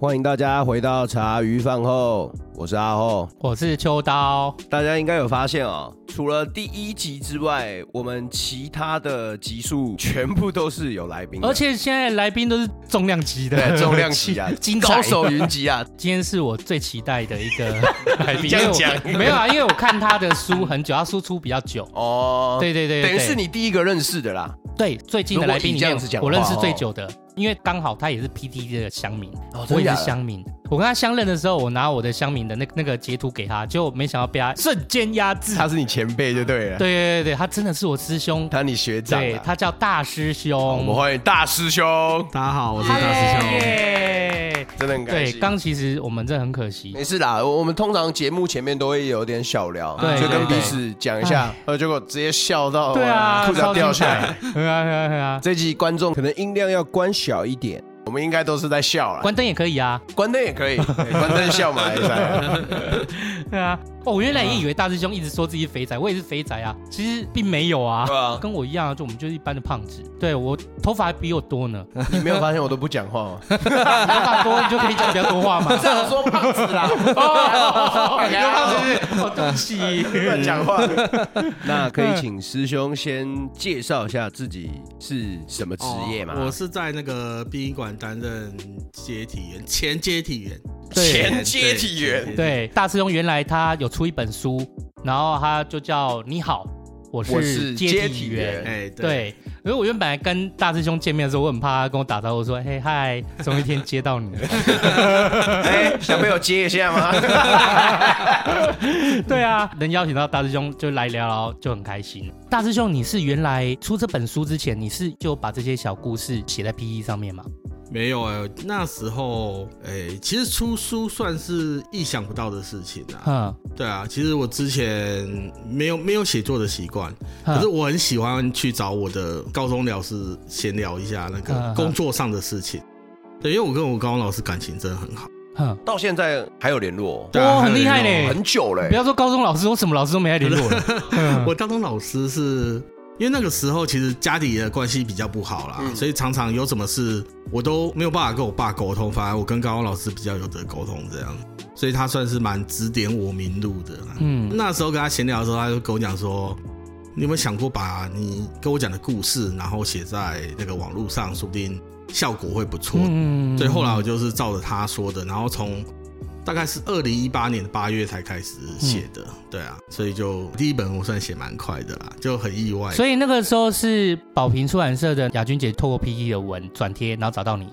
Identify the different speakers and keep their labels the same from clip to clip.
Speaker 1: 欢迎大家回到茶余饭后，我是阿后。
Speaker 2: 我是秋刀，
Speaker 1: 大家应该有发现哦，除了第一集之外，我们其他的集数全部都是有来宾的，
Speaker 2: 而且现在来宾都是重量级的，，
Speaker 1: 嗯对重量级啊
Speaker 2: 金
Speaker 1: 高
Speaker 2: 高手。
Speaker 1: 手云集 啊，
Speaker 2: 今天是我最期待的一 个来宾，
Speaker 1: 这样
Speaker 2: 因为我
Speaker 1: 讲
Speaker 2: 没有啊，因为我看他的书很久，他输出比较久。
Speaker 1: 哦，
Speaker 2: 对对对，
Speaker 1: 等于
Speaker 2: 对
Speaker 1: 是你第一个认识的啦，
Speaker 2: 对最近的来宾里
Speaker 1: 如果以这样
Speaker 2: 面
Speaker 1: 子讲，的话
Speaker 2: 我认识最久的，因为刚好他也是 PT 的乡民，
Speaker 1: 哦
Speaker 2: 我
Speaker 1: 真的
Speaker 2: 也
Speaker 1: 假
Speaker 2: 是
Speaker 1: 的
Speaker 2: 乡民。我跟他相认的时候，我拿我的乡民的那那个截图给他，结果没想到被他瞬间压制。
Speaker 1: 他是你前辈就对了，
Speaker 2: 嗯 对，对对对，他真的是我师兄，
Speaker 1: 他你学长、
Speaker 2: 对
Speaker 1: 啊，哦
Speaker 2: 他嗯叫大师
Speaker 1: 我们
Speaker 2: 兄。
Speaker 1: 欢迎大师兄，
Speaker 3: 大家好，我是大师兄。
Speaker 2: 耶
Speaker 1: 真的很感
Speaker 2: 对，
Speaker 1: 谢。
Speaker 2: 刚其实我们这很可惜，
Speaker 1: 没事啦，我我们通常节目前面都会有点小聊，
Speaker 2: 对
Speaker 1: 就跟
Speaker 2: 对嗯
Speaker 1: 彼此讲一下，呃，结果直接笑到
Speaker 2: 对啊，
Speaker 1: 裤子要
Speaker 2: 超精
Speaker 1: 掉下
Speaker 2: 彩
Speaker 1: 来。，
Speaker 2: 对啊对啊对啊，
Speaker 1: 这集观众可能音量要关小一点，我们应该都是在笑啦，关
Speaker 2: 关灯也可以啊，
Speaker 1: 关灯也可以，对关灯笑嘛，也在。
Speaker 2: 对啊，哦，我原来也以为大师兄一直说自己是肥宅，我也是肥宅啊，其实并没有啊
Speaker 1: 对，啊，
Speaker 2: 跟我一样啊，就我们就是一般的胖子，对我头发还比我 多呢，
Speaker 1: 你
Speaker 2: 你
Speaker 1: 没有发现我都不讲话吗？
Speaker 2: 头发多你就可以讲比较多话 嘛。
Speaker 1: 这样说胖子啦，
Speaker 2: 哦，你的胖子是， 哦，对不起，
Speaker 1: 乱讲话。那可以请师兄先介绍一下自己是什么职业吗？
Speaker 3: 哦我是在那个殡仪馆担任接体员，前接体员，
Speaker 2: 对
Speaker 1: 前接体员
Speaker 3: 对，
Speaker 2: 对，大师兄原来他有出一本书，然后他就叫你好，我
Speaker 1: 我是
Speaker 2: 是
Speaker 1: 接
Speaker 2: 接
Speaker 1: 体
Speaker 2: 体
Speaker 1: 员
Speaker 2: 员。
Speaker 3: 对哎，对，
Speaker 2: 对，因为我原本来跟大师兄见面的时候，我很怕他跟我打招呼说：“嘿嗨，终于一天接到你了。
Speaker 1: 哎，小朋友接一下吗？”
Speaker 2: 对啊，能邀请到大师兄就来聊聊，就很开心。大师兄，你是原来出这本书之前，你是就把这些小故事写在 PE 上面吗？
Speaker 3: 没有哎，那时候哎，其实出书算是意想不到的事情啊。
Speaker 2: 哼，
Speaker 3: 对啊，其实我之前没有没有写作的习惯，
Speaker 2: 哼
Speaker 3: 可是我很喜欢去找我的高中老师闲聊一下那
Speaker 2: 嗯
Speaker 3: 个
Speaker 2: 嗯
Speaker 3: 工作上的事情。对，因为我跟我高中老师感情真的很好。
Speaker 2: 哼，
Speaker 1: 到现在还有联络，
Speaker 3: 对啊
Speaker 2: 哦
Speaker 3: 还有
Speaker 2: 很厉害
Speaker 3: 联络
Speaker 2: 嘞
Speaker 1: 很久了
Speaker 2: 不
Speaker 1: 欸。
Speaker 2: 要说高中老师，我什么老师都没来联络 了。嗯
Speaker 3: 我高中老师是因为那个时候其实家里的关系比较不好啦，
Speaker 1: 嗯
Speaker 3: 所以常常有什么事我都没有办法跟我爸沟通，反而我跟高中老师比较有得沟通这样，所以他算是蛮指点我明路的啦。
Speaker 2: 嗯
Speaker 3: 那时候跟他闲聊的时候，他就跟我讲说。你有没有想过把你跟我讲的故事，然后写在那个网络上，说不定效果会不错。
Speaker 2: 嗯
Speaker 3: 所以后来我就是照着他说的，然后从大概是二零一八年的八月才开始写
Speaker 2: 嗯
Speaker 3: 的，对啊，所以就第一本我算写蛮快的啦，就很意外。
Speaker 2: 所以那个时候是宝瓶出版社的雅君姐透过 PE 的文转贴，然后找到你。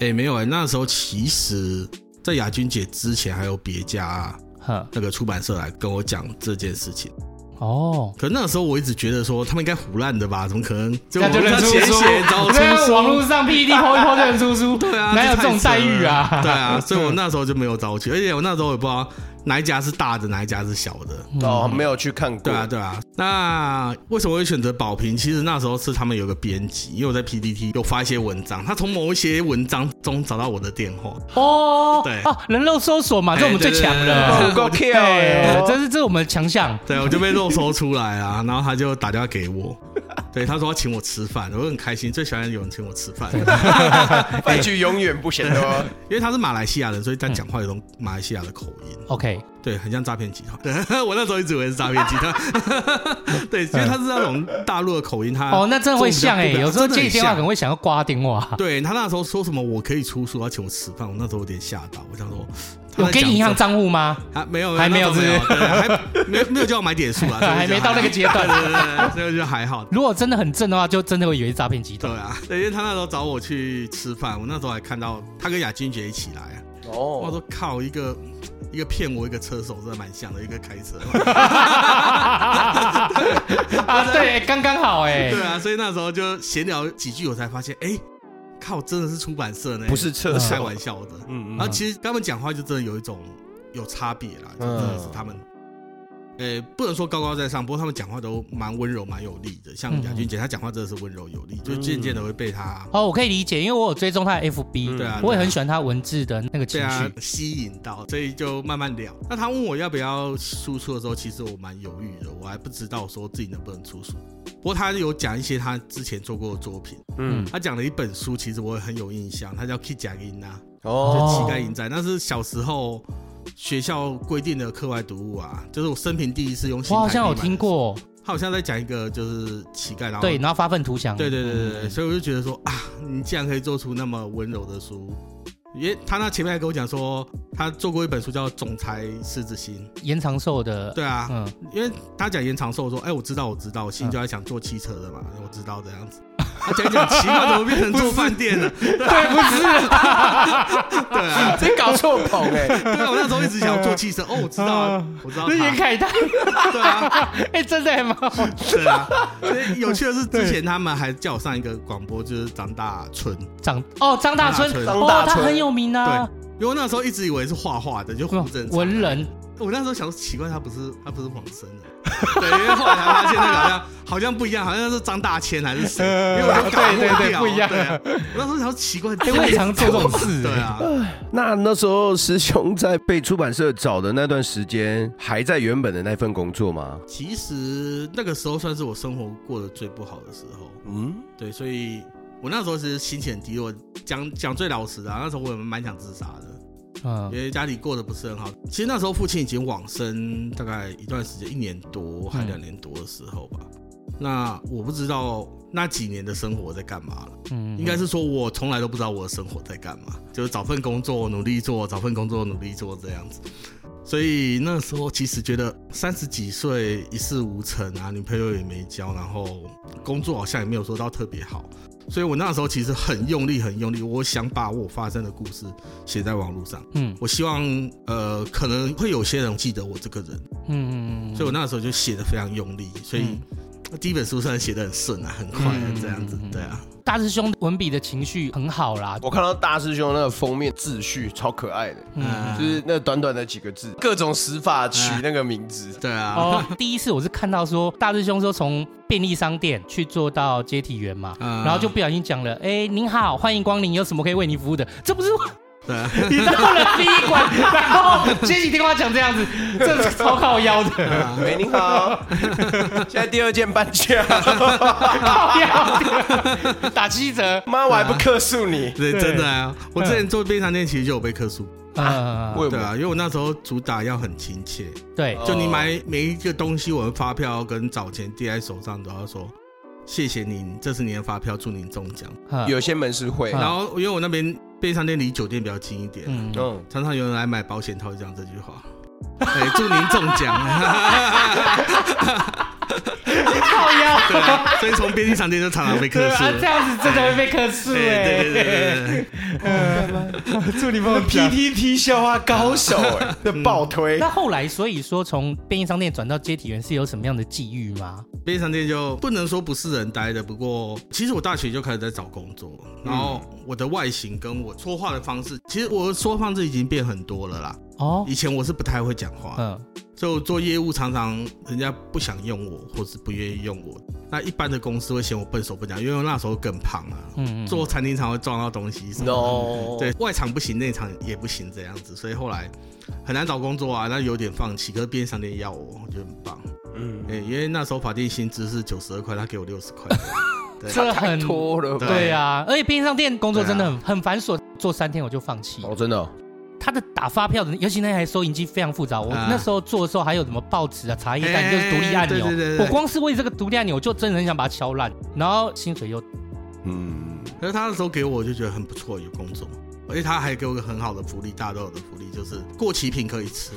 Speaker 3: 哎、没有哎、那时候其实，在雅君姐之前还有别家
Speaker 2: 哼，
Speaker 3: 那个出版社来跟我讲这件事情，
Speaker 2: 哦，
Speaker 3: 可那时候我一直觉得说他们应该胡乱 的吧，怎么可能？
Speaker 2: 那就认
Speaker 3: 我
Speaker 2: 出
Speaker 3: 写一
Speaker 2: 书
Speaker 3: 写，然后出
Speaker 2: 对啊
Speaker 3: 书
Speaker 2: 网络上 PPT 抛一抛就能出书，
Speaker 3: 哦对啊，
Speaker 2: 哪有这种
Speaker 3: 太
Speaker 2: 待
Speaker 3: 扯了
Speaker 2: 遇啊？
Speaker 3: 对啊，所以我那时候就没有找我 去，而且我那时候也不知道哪一家是大的，哪一家是小的。
Speaker 1: 哦，没有去看过
Speaker 3: 对。啊，对啊。那为什么会选择宝瓶？其实那时候是他们有个编辑，因为我在 PPT 有发一些文章，他从某一些文章中找到我的电话。
Speaker 2: 哦，
Speaker 3: 对
Speaker 2: 哦，人肉搜索嘛，这我们最强
Speaker 3: 哎
Speaker 1: 哦
Speaker 2: 了，
Speaker 1: 够 Q
Speaker 2: 啊对
Speaker 1: 哎，，
Speaker 2: 这是这是我们的强项。
Speaker 3: 对，我就被肉搜出来啊，然后他就打电话给我，对，他说要请我吃饭，我很开心，最喜欢有人请我吃饭，
Speaker 1: 哦饭局永远不嫌多。
Speaker 3: 因为他是马来西亚人，所以他讲话有种马来西亚的口音。
Speaker 2: OK，
Speaker 3: 对，很像诈骗集团。 对我那时候一直以为是诈骗集 团，对，因为他是那种大陆的口音，他
Speaker 2: 哦，那真的会像哎，
Speaker 3: 啊
Speaker 2: 有
Speaker 3: 这种比较
Speaker 2: 时候接你电话可
Speaker 3: 真的很像
Speaker 2: 能会想要挂他电话，
Speaker 3: 对他那时候说什么我可以出书，要请我吃饭，我那时候有点吓到，我想说，他
Speaker 2: 有
Speaker 3: 在
Speaker 2: 给
Speaker 3: 讲
Speaker 2: 你银行
Speaker 3: 什么
Speaker 2: 账户吗？
Speaker 3: 啊没有
Speaker 2: 还没有
Speaker 3: 那时候
Speaker 2: 是
Speaker 3: 没有，对还没有没有叫我买点数啊，所以我就
Speaker 2: 还没到那个阶段
Speaker 3: 对对对，对所以我就还好。
Speaker 2: 如果真的很正的话，就真的会以为是诈骗集
Speaker 3: 对
Speaker 2: 团。
Speaker 3: 啊，对因为他那时候找我去吃饭，我那时候还看到他跟雅君姐一起来啊，我
Speaker 1: 哦，
Speaker 3: 说靠，一个一个骗我，一个车手，真的蛮像的，一个开车。
Speaker 2: 啊，对，刚刚好哎
Speaker 3: 对，啊，所以那时候就闲聊几句，我才发现，哎、靠，真的是出版社呢，
Speaker 1: 不是测
Speaker 2: 手
Speaker 3: 开玩笑的。
Speaker 1: 嗯
Speaker 3: 然后其实跟他们讲话就真的有一种有差别啦，就真
Speaker 2: 嗯
Speaker 3: 的是他们，呃、不能说高高在上，不过他们讲话都蛮温柔、蛮有力的。像
Speaker 2: 嗯
Speaker 3: 雅君姐，她讲话真的是温柔有力，就渐渐的会被她
Speaker 2: 哦，我可以理解，因为我有追踪他的
Speaker 1: 嗯
Speaker 2: FB，
Speaker 3: 对啊
Speaker 2: 我也很喜欢他文字的那个
Speaker 3: 被
Speaker 2: 情
Speaker 3: 她
Speaker 2: 绪。
Speaker 3: 吸引到，所以就慢慢聊。那她问我要不要输出的时候，其实我蛮犹豫的，我还不知道说自己能不能出书。不过她有讲一些她之前做过的作品，
Speaker 1: 嗯
Speaker 3: 她讲了一本书，其实我很有印象，它叫《K 甲音》啊。就
Speaker 1: 哦
Speaker 3: 乞 丐营寨，那是小时候学校规定的课外读物啊，就是我生平第一次用新
Speaker 2: 我
Speaker 3: 台
Speaker 2: 好
Speaker 3: 币买的。
Speaker 2: 像有听过，
Speaker 3: 他好像在讲一个就是乞丐，然后
Speaker 2: 对，嗯然后发愤图强，
Speaker 3: 哦对对对对对，所以我就觉得说啊，你既然可以做出那么温柔的书，因为他那前面还跟我讲说，他做过一本书叫《总裁狮子心
Speaker 2: 延长寿的》，，
Speaker 3: 对啊，
Speaker 2: 嗯，
Speaker 3: 因为他讲延长寿，我说哎、我知道我知道，我心里就在想做汽车的嘛，
Speaker 2: 嗯
Speaker 3: 我知道这样子。他讲一讲奇怪，怎么变成做饭店 了？ 啊
Speaker 1: 真搞错 棚哎，
Speaker 3: 对啊，我那时候一直想做汽车，哦，我知道啊，我知道
Speaker 2: 那严
Speaker 3: 他，
Speaker 2: 凯泰，
Speaker 3: 对啊，
Speaker 2: 哎，真的还蛮 好，
Speaker 3: 对啊。所以有趣的是，之前他们还叫我上一个广播，就是张大春，
Speaker 2: 张哦张大春，
Speaker 3: 张大
Speaker 1: 春
Speaker 2: 哦
Speaker 1: 张大
Speaker 2: 他
Speaker 1: 春
Speaker 2: 很有名啊，
Speaker 3: 因为我那时候一直以为是画画的，就胡正常啊
Speaker 2: 文人，
Speaker 3: 我那时候想说奇怪，他不是他不是黄生的，对，因为后来才发现那个好像好像不一样，好像是张大千还是谁，因为我就搞混
Speaker 2: 对对对
Speaker 3: 掉
Speaker 2: 不一样
Speaker 3: 对啊，我那时候想说奇怪，
Speaker 2: 哎，我也常做这种事，
Speaker 3: 对，啊，
Speaker 1: 那那时候师兄在被出版社找的那段时间，还在原本的那份工作吗？
Speaker 3: 其实那个时候算是我生活过得最不好的时候，
Speaker 1: 嗯，
Speaker 3: 对，所以我那时候其实心情很低落，讲讲最老实的、啊，那时候我也蛮想自杀的，
Speaker 2: 嗯
Speaker 3: 因，为家里过得不是很好。其实那时候父亲已经往生大概一段时间，一年多还两年多的时候吧。那我不知道那几年的生活在干嘛了，
Speaker 2: 嗯
Speaker 3: 应该是说我从来都不知道我的生活在干嘛，就是找份工作努力做，找份工作努力做这样子。所以那时候其实觉得三十几岁一事无成啊，女朋友也没交，然后工作好像也没有说到特别好，所以我那时候其实很用力，很用力，我想把我发生的故事写在网络上。
Speaker 2: 嗯
Speaker 3: 我希望呃，可能会有些人记得我这个人，
Speaker 2: 嗯嗯嗯，
Speaker 3: 所以我那时候就写的非常用力，所以第一本书算写的很顺啊，很快啊
Speaker 2: 嗯
Speaker 3: 这样子
Speaker 2: 嗯嗯嗯，
Speaker 3: 对啊。
Speaker 2: 大师兄文笔的情绪很好啦，
Speaker 3: 哦
Speaker 1: 我看到大师兄那个封面自序超可爱的，
Speaker 2: 嗯。
Speaker 3: 嗯
Speaker 1: 就是那短短的几个字，各种死法取
Speaker 3: 嗯
Speaker 1: 那个名字。
Speaker 3: 对啊，
Speaker 2: 哦，第一次我是看到说大师兄说从便利商店去做到接体员嘛，
Speaker 3: 嗯
Speaker 2: 然后就不小心讲了，哎，您好，欢迎光临，有什么可以为您服务的？这不是
Speaker 3: 对啊，
Speaker 2: 你到了殡仪馆，然后接起电话讲这样子，这是超靠腰 的，
Speaker 1: 喂，您啊 好，现在第二件搬 家，
Speaker 2: 靠腰的，打七折。
Speaker 1: 妈，我还不克诉你。
Speaker 3: 对，
Speaker 2: 对
Speaker 3: 真的啊，我之前做便利商店其实就有被克数，
Speaker 2: 嗯，
Speaker 1: 为什
Speaker 3: 对啊，
Speaker 1: 么？
Speaker 3: 因为我那时候主打要很亲切，
Speaker 2: 对，
Speaker 1: 哦
Speaker 3: 就你买每一个东西，我的发票跟找钱递在手上都要说。谢谢您，这是您的发票，祝您中奖。
Speaker 2: 嗯
Speaker 1: 有些门市会，
Speaker 2: 嗯
Speaker 3: 然后，因为我那边便利商店离酒店比较近一点，
Speaker 2: 嗯，
Speaker 1: 嗯，
Speaker 3: 常常有人来买保险，他会讲这句话。哎，祝您中奖！
Speaker 2: 靠腰，
Speaker 3: 对啊，所以从便利商店就常常
Speaker 2: 对
Speaker 3: 被克数
Speaker 2: 啊，。这样子真的会被克数
Speaker 3: 对对对对
Speaker 2: 哎。
Speaker 3: 对对，
Speaker 2: 祝你们
Speaker 1: PTT 笑话高手 哎，这爆推
Speaker 2: 那后来，所以说从便利商店转到接体员是有什么样的际遇吗？
Speaker 3: 便利商店就不能说不是人待的，不过其实我大学就开始在找工作，
Speaker 2: 嗯
Speaker 3: 然后我的外形跟我说话的方式，其实我的说话方式已经变很多了啦。
Speaker 2: 哦，
Speaker 3: 以前我是不太会讲话，
Speaker 2: 嗯
Speaker 3: 就做业务常常人家不想用我，或是不愿意用我。那一般的公司会嫌我笨手笨脚，因为我那时候更胖啊，
Speaker 2: 嗯，嗯
Speaker 3: 做餐厅常会撞到东西什么的。
Speaker 1: ，no，
Speaker 3: 对，外场不行，内场也不行，这样子，所以后来很难找工作啊，那有点放弃。可是便利商店要我，我觉得很棒。
Speaker 1: 嗯，
Speaker 3: 哎、因为那时候法定薪资是九十二块，他给我六十块。
Speaker 2: 这
Speaker 1: 太
Speaker 2: 很
Speaker 1: 拖了吧？
Speaker 2: 对啊，而且便利商店工作真的
Speaker 3: 啊
Speaker 2: 很很繁琐，做三天我就放弃。
Speaker 1: 哦，真的哦，
Speaker 2: 他的打发票的，尤其那台收银机非常复杂。我
Speaker 3: 啊
Speaker 2: 那时候做的时候，还有什么报纸啊、茶叶蛋，
Speaker 3: 哎
Speaker 2: 就是独立按钮
Speaker 3: 对对对。对嗯
Speaker 2: 我光是为这个独立按钮，我就真的很想把它敲烂。然后薪水又
Speaker 1: 嗯，
Speaker 3: 可是他那时候给我，我就觉得很不错，有工作。而且他还给我个很好的福利，大家都有的福利，就是过期品可以吃。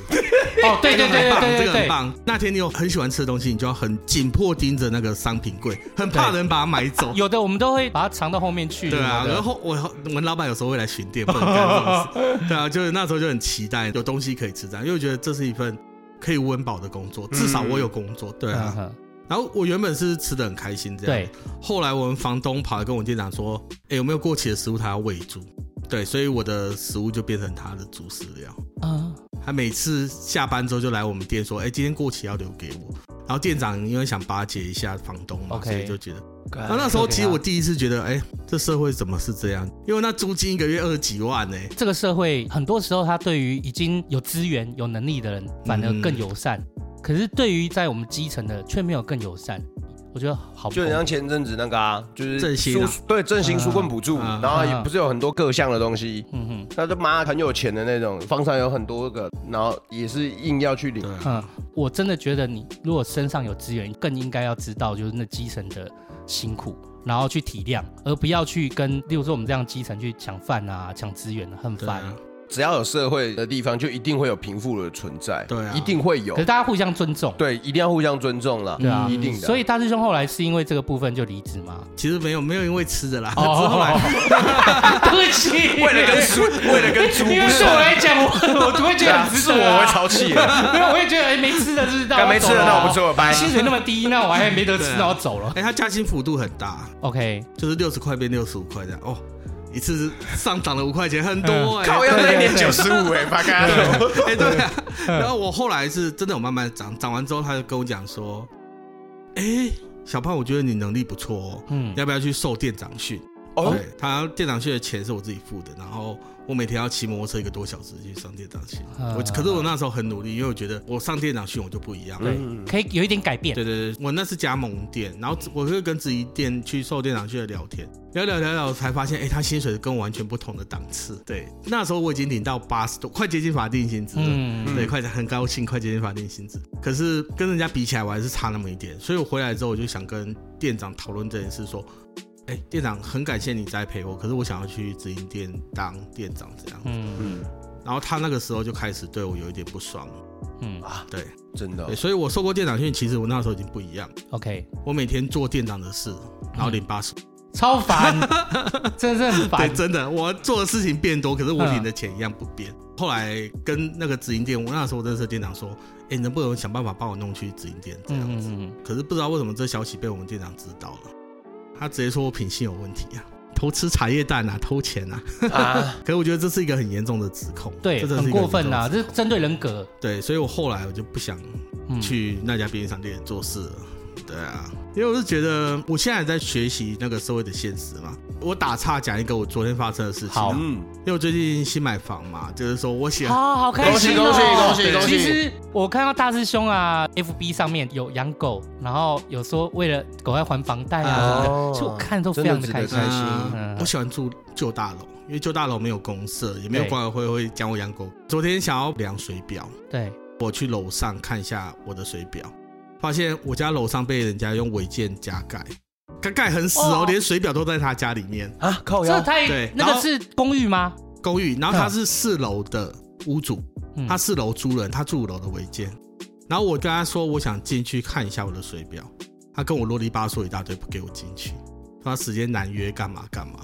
Speaker 2: 哦，对对对对对
Speaker 3: 这
Speaker 2: 对
Speaker 3: 个很
Speaker 2: 对，
Speaker 3: 棒。那天你有很喜欢吃的东西，你就要很紧迫盯着那个商品柜，很怕
Speaker 2: 对
Speaker 3: 人把它买走。
Speaker 2: 有的我们都会把它藏到后面去。
Speaker 3: 对啊，
Speaker 2: 有的
Speaker 3: 然后我我们老板有时候会来巡店，不能干这种 事。对啊，就是那时候就很期待有东西可以吃，这样，因为我觉得这是一份可以温饱的工作，至少我有工作。对
Speaker 2: 嗯
Speaker 3: 啊，
Speaker 2: 哼
Speaker 3: 然后我原本是吃的很开心这样，
Speaker 2: 对，
Speaker 3: 后来我们房东跑来跟我店长说：“哎，有没有过期的食物？他要喂猪。”对，所以我的食物就变成他的主食料。
Speaker 2: 嗯，
Speaker 3: 他每次下班之后就来我们店说：“哎，今天过期要留给我。”然后店长因为想巴结一下房东嘛
Speaker 2: OK 呃
Speaker 3: 所以就觉得
Speaker 1: 干
Speaker 3: 然啊后那时候其实我第一次觉得，哎、这社会怎么是这样？因为那租金一个月二十几万呢、
Speaker 2: 这个社会很多时候，他对于已经有资源、有能力的人，反而
Speaker 3: 嗯
Speaker 2: 更友善。可是对于在我们基层的，却没有更友善。我觉得好
Speaker 1: 就很像前阵子那个啊，就是
Speaker 3: 振兴啊
Speaker 1: 纾对振兴纾困补助，
Speaker 3: 啊
Speaker 1: 然后也
Speaker 2: 啊
Speaker 1: 不是有很多各项的东西，
Speaker 2: 嗯哼
Speaker 1: 那就妈很有钱的那种，房产有很多个，然后也是硬要去领
Speaker 3: 对。啊，
Speaker 2: 嗯，我真的觉得你如果身上有资源，更应该要知道就是那基层的辛苦，然后去体谅，而不要去跟，例如说我们这样基层去抢饭啊、抢资源啊，很
Speaker 3: 对
Speaker 2: 烦。
Speaker 3: 啊，
Speaker 1: 只要有社会的地方，就一定会有贫富的存在，
Speaker 3: 对啊
Speaker 1: 一定会有
Speaker 2: 可是，大家互相尊重，
Speaker 1: 对，一定要互相尊重了，
Speaker 2: 对啊
Speaker 1: 一定的。
Speaker 2: 所以大师兄后来是因为这个部分就离职吗？
Speaker 3: 其实没有没有因为吃的啦，
Speaker 2: 哦
Speaker 3: 之后来
Speaker 2: 对不起，
Speaker 1: 为了跟猪， 为了跟猪
Speaker 2: 因
Speaker 1: 不
Speaker 2: 为对
Speaker 1: 熟
Speaker 2: 我，来讲，我我就会觉
Speaker 1: 对
Speaker 2: 得
Speaker 1: 啊，
Speaker 2: 很值
Speaker 1: 是
Speaker 2: 得、
Speaker 1: 我
Speaker 2: 啊。
Speaker 1: 会
Speaker 2: 我
Speaker 1: 超气的，
Speaker 2: 没有，我也觉得哎，没吃的就是
Speaker 1: 干没吃的那我不
Speaker 2: 走
Speaker 1: 做了，拜
Speaker 2: 了。。啊薪水那么低，那我还没得吃
Speaker 3: 对，啊
Speaker 2: 那我走了。
Speaker 3: 哎，它加薪幅度很大，
Speaker 1: 啊
Speaker 2: OK，
Speaker 3: 就是六十块变六十五块这样哦，一次上涨了五块钱，很
Speaker 2: 嗯
Speaker 3: 多哎、
Speaker 1: 靠，要那一年九十五哎，八嘎！
Speaker 3: 哎、对、啊。然后我后来是真的有慢慢涨，涨完之后他就跟我讲说，哎、小胖，我觉得你能力不错哦，
Speaker 2: 嗯，
Speaker 3: 要不要去受店长训？
Speaker 1: 哦，
Speaker 3: 对他店长训的钱是我自己付的，然后我每天要骑摩托车一个多小时去上店长训。
Speaker 2: 啊
Speaker 3: 我可是我那时候很努力，因为我觉得我上店长训我就不一样了。
Speaker 1: 嗯
Speaker 2: 对，可以有一点改变。
Speaker 3: 对对对，我那是加盟店，然后我就跟子怡店去受店长去的聊天，聊聊聊聊才发现，哎，他薪水跟我完全不同的档次。对，那时候我已经领到八十多，快接近法定薪资了。
Speaker 2: 嗯，
Speaker 3: 对，快很高兴，快接近法定薪资。可是跟人家比起来，我还是差那么一点。所以我回来之后，我就想跟店长讨论这件事，说，哎，店长，很感谢你栽培我，可是我想要去直营店当店长这样。
Speaker 2: 嗯
Speaker 1: 嗯
Speaker 3: 然后他那个时候就开始对我有一点不爽，
Speaker 2: 嗯
Speaker 1: 啊，
Speaker 3: 对
Speaker 1: 真的
Speaker 3: 对，所以我受过店长训，其实我那时候已经不一样了。
Speaker 2: ，OK，
Speaker 3: 我每天做店长的事，然后领八十。
Speaker 2: 超 烦，真的是很
Speaker 3: 对，
Speaker 2: 烦。
Speaker 3: 真的，我做的事情变多，可是我领的钱一样不变。后来跟那个直营店，我那时候认识的店长说，哎、你能不能想办法帮我弄去直营店这样子？
Speaker 2: 嗯嗯
Speaker 3: 可是不知道为什么这消息被我们店长知道了，他直接说我品性有问题啊，偷吃茶叶蛋啊，偷钱啊。
Speaker 1: 啊，
Speaker 3: 可是我觉得这是一个很严重的指控，
Speaker 2: 对，
Speaker 3: 这真的是
Speaker 2: 很
Speaker 3: 一个
Speaker 2: 过分啊
Speaker 3: 严重
Speaker 2: 呐，
Speaker 3: 的
Speaker 2: 这是针对人格。
Speaker 3: 指控对，所以我后来我就不想
Speaker 2: 嗯，
Speaker 3: 去那家便利商店做事了。对啊，因为我是觉得我现在也在学习那个社会的现实嘛。我打岔讲一个我昨天发生的事情啊，
Speaker 2: 好
Speaker 1: 嗯，
Speaker 3: 因为我最近新买房嘛，就是说我喜欢。
Speaker 2: 好好开
Speaker 1: 恭喜
Speaker 2: 心
Speaker 1: 恭喜恭
Speaker 2: 哦。
Speaker 1: 喜恭
Speaker 2: 其
Speaker 1: 喜！
Speaker 2: 实我看到大师兄啊，FB 上面有养狗，然后有说为了狗要还房贷啊什么
Speaker 1: 哦
Speaker 2: 的，所以我看都非常的开
Speaker 1: 真的值得开。
Speaker 2: 心
Speaker 1: 心
Speaker 2: 嗯
Speaker 3: 我喜欢住旧大楼，因为旧大楼没有公社，也没有
Speaker 2: 对
Speaker 3: 管委会会讲我养狗。昨天想要量水表，
Speaker 2: 对，
Speaker 3: 我去楼上看一下我的水表，发现我家楼上被人家用违建加盖，盖盖很死哦，
Speaker 2: 哦
Speaker 3: 连水表都在他家里面
Speaker 1: 啊，靠
Speaker 2: 这
Speaker 1: 腰，
Speaker 2: 太
Speaker 3: 对
Speaker 2: 那
Speaker 3: 然
Speaker 2: 个
Speaker 3: 后
Speaker 2: 是公寓吗？
Speaker 3: 公寓。然后他是四楼的屋主，
Speaker 2: 嗯
Speaker 3: 他四楼租人，他住五楼的违建。然后我跟他说我想进去看一下我的水表，他跟我啰里吧嗦一大堆，不给我进去，说他时间难约，干嘛干嘛。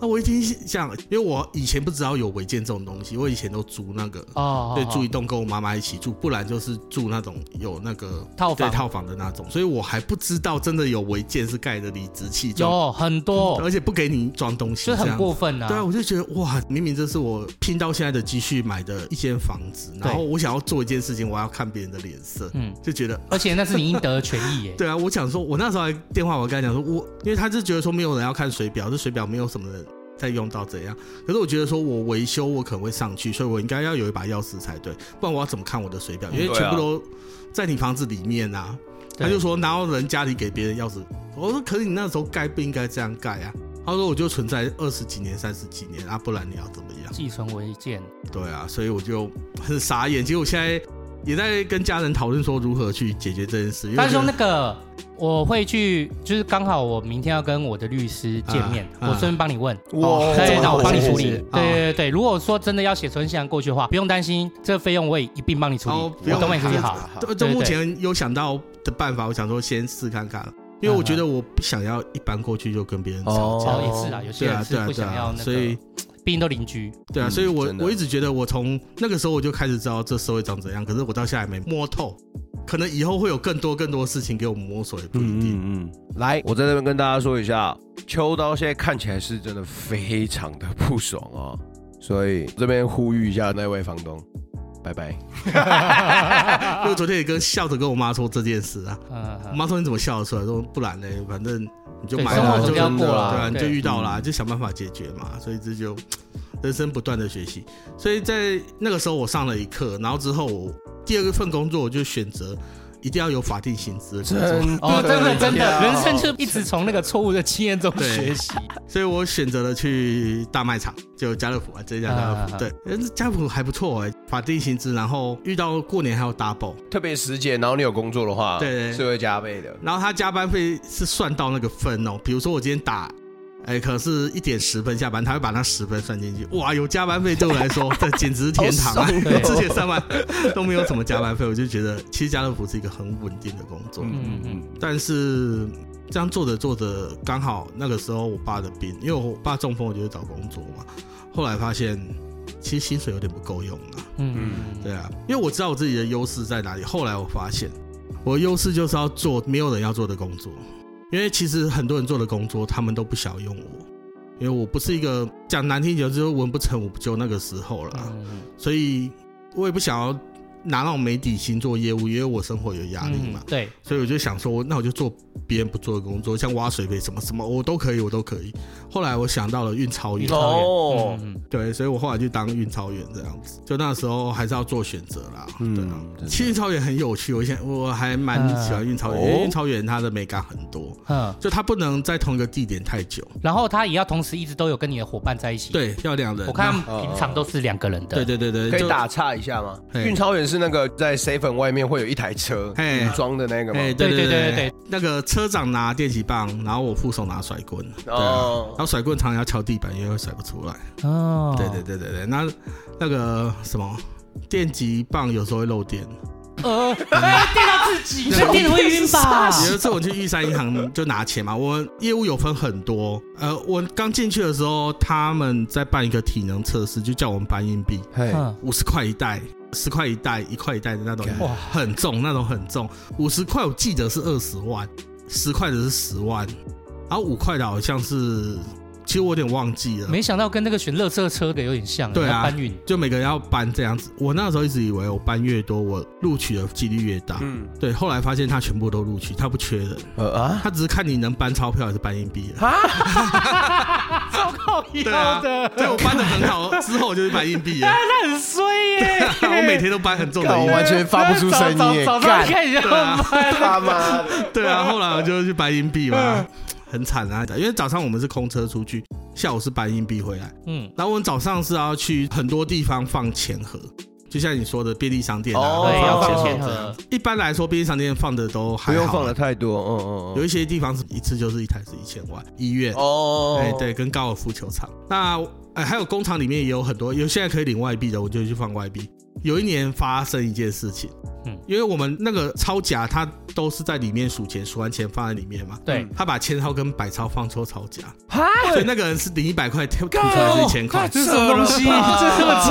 Speaker 3: 那我一听想，因为我以前不知道有违建这种东西，我以前都租那个
Speaker 2: 哦，
Speaker 3: 对，
Speaker 2: 哦
Speaker 3: 住一栋跟我妈妈一起住，不然就是住那种有那个
Speaker 2: 套
Speaker 3: 对
Speaker 2: 房
Speaker 3: 套房的那种，所以我还不知道真的有违建是盖的理直气壮，
Speaker 2: 有很多，
Speaker 3: 而且不给你装东西，
Speaker 2: 就
Speaker 3: 这
Speaker 2: 很
Speaker 3: 样
Speaker 2: 过分啊。
Speaker 3: 对啊，我就觉得哇，明明这是我拼到现在的积蓄买的一间房子，然后我想要做一件事情，我要看别人的脸色，
Speaker 2: 嗯，
Speaker 3: 就觉得。
Speaker 2: 而且那是你应得的权益耶。
Speaker 3: 对啊，我想说，我那时候还电话我跟他讲说，我因为他是觉得说没有人要看水表，这水表没有什么人在用到怎样。可是我觉得说我维修我可能会上去，所以我应该要有一把钥匙才对，不然我要怎么看我的水表？
Speaker 2: 嗯
Speaker 3: 因为
Speaker 1: 对啊
Speaker 3: 全部都在你房子里面啊。他
Speaker 2: 对
Speaker 3: 就说哪有人家里给别人钥匙？我说可是你那时候盖不应该这样盖啊。他说我就存在二十几年、三十几年啊，不然你要怎么样？
Speaker 2: 寄存违建，
Speaker 3: 对啊，所以我就很傻眼。其实我现在也在跟家人讨论说如何去解决这件事。因为
Speaker 2: 大
Speaker 3: 我
Speaker 2: 师
Speaker 3: 觉得
Speaker 2: 兄，那个我会去，就是刚好我明天要跟我的律师见面，
Speaker 3: 啊啊
Speaker 2: 我顺便帮你问。
Speaker 1: 哇
Speaker 2: 可以，那我帮你处
Speaker 1: 是
Speaker 2: 理
Speaker 1: 是是。
Speaker 2: 对对对对，如果说真的要写存信过去的话，不用担心，这个费用我也一并帮你处理，
Speaker 3: 哦不
Speaker 2: 我
Speaker 3: 用
Speaker 2: 都帮你处理
Speaker 1: 好
Speaker 2: 好。
Speaker 3: 这
Speaker 2: 对
Speaker 3: 这
Speaker 2: 对
Speaker 3: 目前有想到的办法，我想说先试看看，因为我觉得我不想要一搬过去就跟别人吵
Speaker 1: 哦
Speaker 2: 哦，
Speaker 3: 架。
Speaker 2: 也是啊，有些
Speaker 3: 对
Speaker 2: 人
Speaker 3: 啊，对
Speaker 2: 是
Speaker 3: 啊，
Speaker 2: 不
Speaker 3: 对
Speaker 2: 想要
Speaker 3: 啊，
Speaker 2: 那
Speaker 3: 所
Speaker 2: 个，
Speaker 3: 以
Speaker 2: 毕竟都邻居。
Speaker 3: 对啊，
Speaker 1: 嗯
Speaker 3: 所以我
Speaker 1: 真的
Speaker 3: 我一直觉得，我从那个时候我就开始知道这社会长怎样，可是我到现在还没摸透，可能以后会有更多更多事情给我们摸索，也不一定。
Speaker 1: 嗯嗯嗯，来，我在这边跟大家说一下，秋刀现在看起来是真的非常的不爽哦，所以这边呼吁一下那位房东，拜拜。
Speaker 3: 因为我昨天也跟笑着跟我妈说这件事啊，
Speaker 2: 嗯，
Speaker 3: 我
Speaker 2: 嗯
Speaker 3: 妈说你怎么笑得出来？说不然呢，反正你就
Speaker 2: 对
Speaker 3: 买
Speaker 1: 生活
Speaker 3: 了，
Speaker 1: 总
Speaker 3: 就
Speaker 1: 要过啦嗯
Speaker 3: 对啊，你就
Speaker 2: 对
Speaker 3: 遇到啦，就想办法解决嘛。所以这就人生不断的学习。所以在那个时候我上了一课，然后之后我第二份工作我就选择，一定要有法定薪资的工
Speaker 1: 真
Speaker 3: 作，
Speaker 1: 的啊
Speaker 2: 哦，真的真的，
Speaker 1: 要
Speaker 2: 人生就一直从那个错误的经验中
Speaker 3: 对
Speaker 2: 学习。
Speaker 3: 所以我选择了去大卖场，就家乐福啊，这一家家乐
Speaker 2: 啊
Speaker 3: 福，对，人家乐福还不错哎、法定薪资，然后遇到过年还有 double，
Speaker 1: 特别时节，然后你有工作的话，
Speaker 3: 对对
Speaker 1: 是会加倍的。
Speaker 3: 然后他加班费是算到那个分哦，比如说我今天打。哎，可是一点十分下班，他会把那十分算进去。哇，有加班费对我来 说，这简直是天堂啊！
Speaker 1: 好爽
Speaker 2: 哦
Speaker 3: 之前上班都没有什么加班费，我就觉得其实家乐福是一个很稳定的工作。
Speaker 1: 嗯
Speaker 2: 嗯嗯
Speaker 1: 嗯
Speaker 3: 但是这样做着做着，刚好那个时候我爸的病，因为我爸中风，我就去找工作嘛。后来发现，其实薪水有点不够用了。
Speaker 2: 嗯嗯，
Speaker 3: 对啊，因为我知道我自己的优势在哪里。后来我发现，我的优势就是要做没有人要做的工作，因为其实很多人做的工作，他们都不想用我，因为我不是一个讲难听一点，就是文不成武不就那个时候了啊。
Speaker 2: 嗯
Speaker 3: 所以我也不想要拿那种没底薪做业务，因为我生活有压力嘛
Speaker 2: 嗯。对，
Speaker 3: 所以我就想说，那我就做别人不做的工作，像挖水杯什么什么，我都可以，我都可以。后来我想到了运钞员
Speaker 2: 运，
Speaker 1: 哦
Speaker 2: 超越
Speaker 1: 哦
Speaker 2: 嗯嗯
Speaker 3: 对，所以我后来就当运钞员这样子。就那时候还是要做选择啦，对啊。
Speaker 1: 嗯，
Speaker 3: 其实运钞员很有趣，我现我还蛮喜欢运钞员，
Speaker 1: 嗯
Speaker 3: 因为运钞员他的美感很多，
Speaker 2: 嗯，
Speaker 3: 就他不能在同一个地点太久，
Speaker 2: 然后他也要同时一直都有跟你的伙伴在一起。，
Speaker 3: 对，要两人。
Speaker 2: 我看
Speaker 3: 那
Speaker 2: 他们平常都是两个人的。
Speaker 3: 对对对对，
Speaker 1: 可以
Speaker 3: 就
Speaker 1: 打岔一下吗？
Speaker 3: 嘿
Speaker 1: 运钞员是那个在 seven 外面会有一台车
Speaker 3: 嘿
Speaker 1: 武装的那个
Speaker 3: 哎，
Speaker 1: 吗？
Speaker 3: 对
Speaker 2: 对
Speaker 3: 对
Speaker 2: 对对，
Speaker 3: 那个车长拿电击棒，然后我副手拿甩棍，对啊，然
Speaker 1: 哦，
Speaker 3: 后甩棍常常要敲地板，因为会甩不出来。
Speaker 2: 哦，
Speaker 3: 对对对对对，那那个什么电击棒有时候会漏电。
Speaker 2: 呃，哎，电到自己，
Speaker 3: 对
Speaker 2: 这电会晕吧？
Speaker 3: 有一次我去玉山银行就拿钱嘛，我业务有分很多。呃，我刚进去的时候，他们在办一个体能测试，就叫我们搬硬币，
Speaker 1: 嘿，
Speaker 2: 嗯，
Speaker 3: 五十块一袋。十块一袋，一块一袋的那种，
Speaker 1: 干
Speaker 3: 哇，很重，那种很重。五十块我记得是二十万，十块的是十万，然后五块的好像是，其实我有点忘记了。
Speaker 2: 没想到跟那个选乐色车的有点像，
Speaker 3: 对
Speaker 2: 要
Speaker 3: 啊
Speaker 2: 搬运。
Speaker 3: 就每个人要搬这样子。我那时候一直以为我搬越多，我录取的几率越大。
Speaker 1: 嗯，
Speaker 3: 对，后来发现他全部都录取，他不缺人，
Speaker 1: 呃啊，
Speaker 3: 他只是看你能搬钞票还是搬硬币了。
Speaker 2: 超靠
Speaker 3: 对啊
Speaker 2: 腰的，哎
Speaker 3: 对我搬的很好，之后我就是搬硬 币了。！
Speaker 2: 那很衰耶
Speaker 3: 我每天都搬很重的
Speaker 1: 干
Speaker 3: 硬
Speaker 1: 我
Speaker 3: 币。
Speaker 1: 完全发不出声音耶，
Speaker 2: 早早上
Speaker 1: 干
Speaker 2: 开始要
Speaker 3: 啊
Speaker 2: 卖了，
Speaker 1: 他妈的，
Speaker 3: 对啊，后来我就去搬硬
Speaker 2: 嗯
Speaker 3: 币嘛，很惨啊，因为早上我们是空车出去，下午是搬硬币回来。
Speaker 2: 嗯，
Speaker 3: 然后我们早上是要去很多地方放钱盒，就像你说的便利商店啊，
Speaker 1: 哦
Speaker 2: 对，要放
Speaker 1: 钱
Speaker 2: 钱盒，
Speaker 3: 一般来说，便利商店放的都
Speaker 1: 不
Speaker 3: 还
Speaker 1: 用
Speaker 3: 好啊
Speaker 1: 放的太多，嗯嗯
Speaker 3: 有
Speaker 1: 嗯，
Speaker 3: 一些地方是一次就是一台是一千万，医院，
Speaker 1: 哦
Speaker 3: 哎、对，，跟高尔夫球场。那哎、还有工厂里面也有很多，有现在可以领外币的，我就去放外币。有一年发生一件事情，
Speaker 2: 嗯
Speaker 3: 因为我们那个钞夹它都是在里面数钱，数完钱放在里面嘛。
Speaker 2: 对，
Speaker 3: 他把千钞跟百钞放错钞夹，
Speaker 2: 哈，
Speaker 3: 所以那个人是领一百块，跳吐出
Speaker 1: 哦
Speaker 3: 来是一千块。
Speaker 2: 这是什么东西？
Speaker 3: 嗯
Speaker 2: 这是什么扯？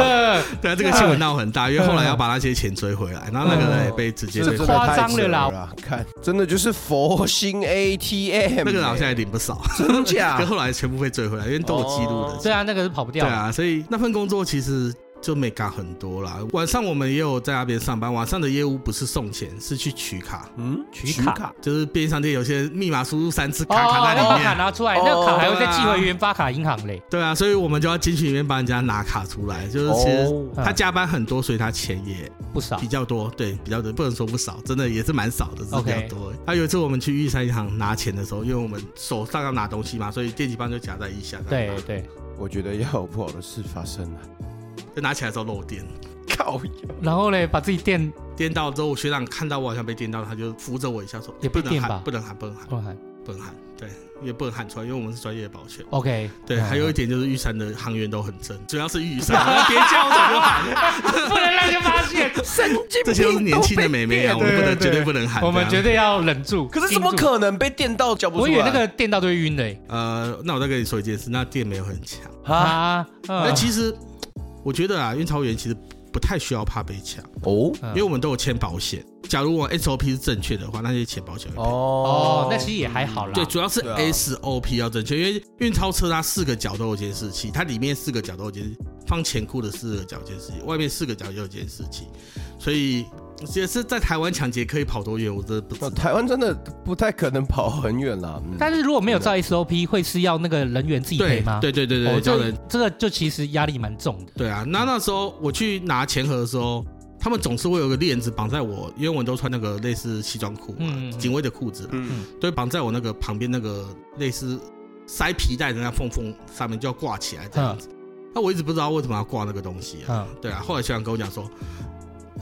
Speaker 3: 对啊，这个新闻闹很大，因为后来要把那些钱追回来，然后那个人也被直接
Speaker 1: 哦这
Speaker 3: 被
Speaker 1: 真的
Speaker 2: 夸张
Speaker 1: 太扯
Speaker 2: 了啦
Speaker 1: 了，看，真的就是佛心 ATM，
Speaker 3: 那个人好像也领不少，
Speaker 1: 真假
Speaker 3: 可，后来全部被追回来，因为都有记录的
Speaker 1: 哦。
Speaker 2: 对啊，那个是跑不掉
Speaker 3: 对
Speaker 2: 的。
Speaker 3: 啊，所以那份工作其实就没干很多啦。晚上我们也有在那边上班，晚上的业务不是送钱，是去取卡，
Speaker 1: 嗯，
Speaker 2: 取卡，
Speaker 3: 就是便利商店有些密码输入三次，
Speaker 2: 哦，
Speaker 3: 卡卡在
Speaker 2: 那
Speaker 3: 里
Speaker 2: 卡
Speaker 3: 面。
Speaker 2: 拿出来，
Speaker 1: 哦
Speaker 2: 那个卡还会再寄回原发卡银行嘞。
Speaker 3: 对啊，所以我们就要进去里面帮人家拿卡出来，就是其实。
Speaker 1: 哦，
Speaker 2: 嗯
Speaker 3: 他加班很多，所以他钱也
Speaker 2: 不少
Speaker 3: 比，较多，对，比较多，不能说不少，真的也是蛮少的，只是比
Speaker 2: OK
Speaker 3: 较多。他、有一次我们去玉山银行拿钱的时候，因为我们手上要拿东西嘛，所以电击棒就夹在腋下，这
Speaker 2: 对
Speaker 3: 样拿，
Speaker 2: 对。
Speaker 1: 我觉得要有不好的事发生啊了，
Speaker 3: 就拿起来的时候漏电，
Speaker 1: 靠腰，
Speaker 2: 然后嘞，把自己电
Speaker 3: 电到之后，我学长看到我好像被电到，他就扶着我一下说：“
Speaker 2: 也被
Speaker 3: 不能
Speaker 2: 电
Speaker 3: 喊，
Speaker 2: 吧
Speaker 3: 不能喊，不能喊，
Speaker 2: 乱喊
Speaker 3: 不能喊。”对，也不能喊出来，因为我们是专业的保全。
Speaker 2: ，OK。
Speaker 3: 对，
Speaker 2: 嗯
Speaker 3: 还有一点就是玉山的航员都很真，主要是玉山，别叫我就 喊，
Speaker 2: 不能让人发现，
Speaker 1: 神经
Speaker 3: 这些都是年轻的美眉 啊，我们不能
Speaker 2: 对对对
Speaker 3: 绝对不能喊。
Speaker 2: 我们
Speaker 3: 这
Speaker 2: 绝
Speaker 3: 样
Speaker 2: 对要忍住。
Speaker 1: 可是怎么
Speaker 2: 盯住？
Speaker 1: 可能被电到叫不出
Speaker 2: 我
Speaker 1: 来？
Speaker 2: 以为那个电到都会晕的欸
Speaker 3: 呃，那我再跟你说一件事，那电没有很强，
Speaker 1: 啊
Speaker 2: 啊。
Speaker 3: 那
Speaker 2: 那
Speaker 3: 其实我觉得啊，运钞员其实不太需要怕被抢，
Speaker 2: 嗯
Speaker 1: 哦
Speaker 3: 因为我们都有签保险。假如我 SOP 是正确的话，那些钱保险会赔。
Speaker 1: 哦
Speaker 2: 哦，那其实也还好啦。
Speaker 3: 对，主要是
Speaker 1: 对啊
Speaker 3: SOP 要正确，因为运钞车它四个角都有监视器，它里面四个角都有监视器，放钱库的四个角监视器，外面四个角也有监视器，所以也是在台湾抢劫可以跑多远，我真的不 知
Speaker 1: 那哦
Speaker 3: 道。
Speaker 1: 台湾真的不太可能跑很远啦。嗯
Speaker 2: 但是如果没有照 SOP，会是要那个人员自己赔
Speaker 3: 对
Speaker 2: 吗？
Speaker 3: 对对对
Speaker 2: 哦
Speaker 3: 对，叫人
Speaker 2: 这这个就其实压力蛮重的。
Speaker 3: 对啊。那那时候我去拿钱盒的时候，他们总是会有个链子绑在我，因为我都穿那个类似西装裤嘛
Speaker 2: 嗯嗯，嗯
Speaker 3: 警卫的裤子啦，
Speaker 1: 嗯
Speaker 3: 都会绑在我那个旁边那个类似塞皮带的那缝缝上面，就要挂起来这样子。那我一直不知道为什么要挂那个东西啊。
Speaker 2: 嗯
Speaker 3: 对啊，后来学长跟我讲说，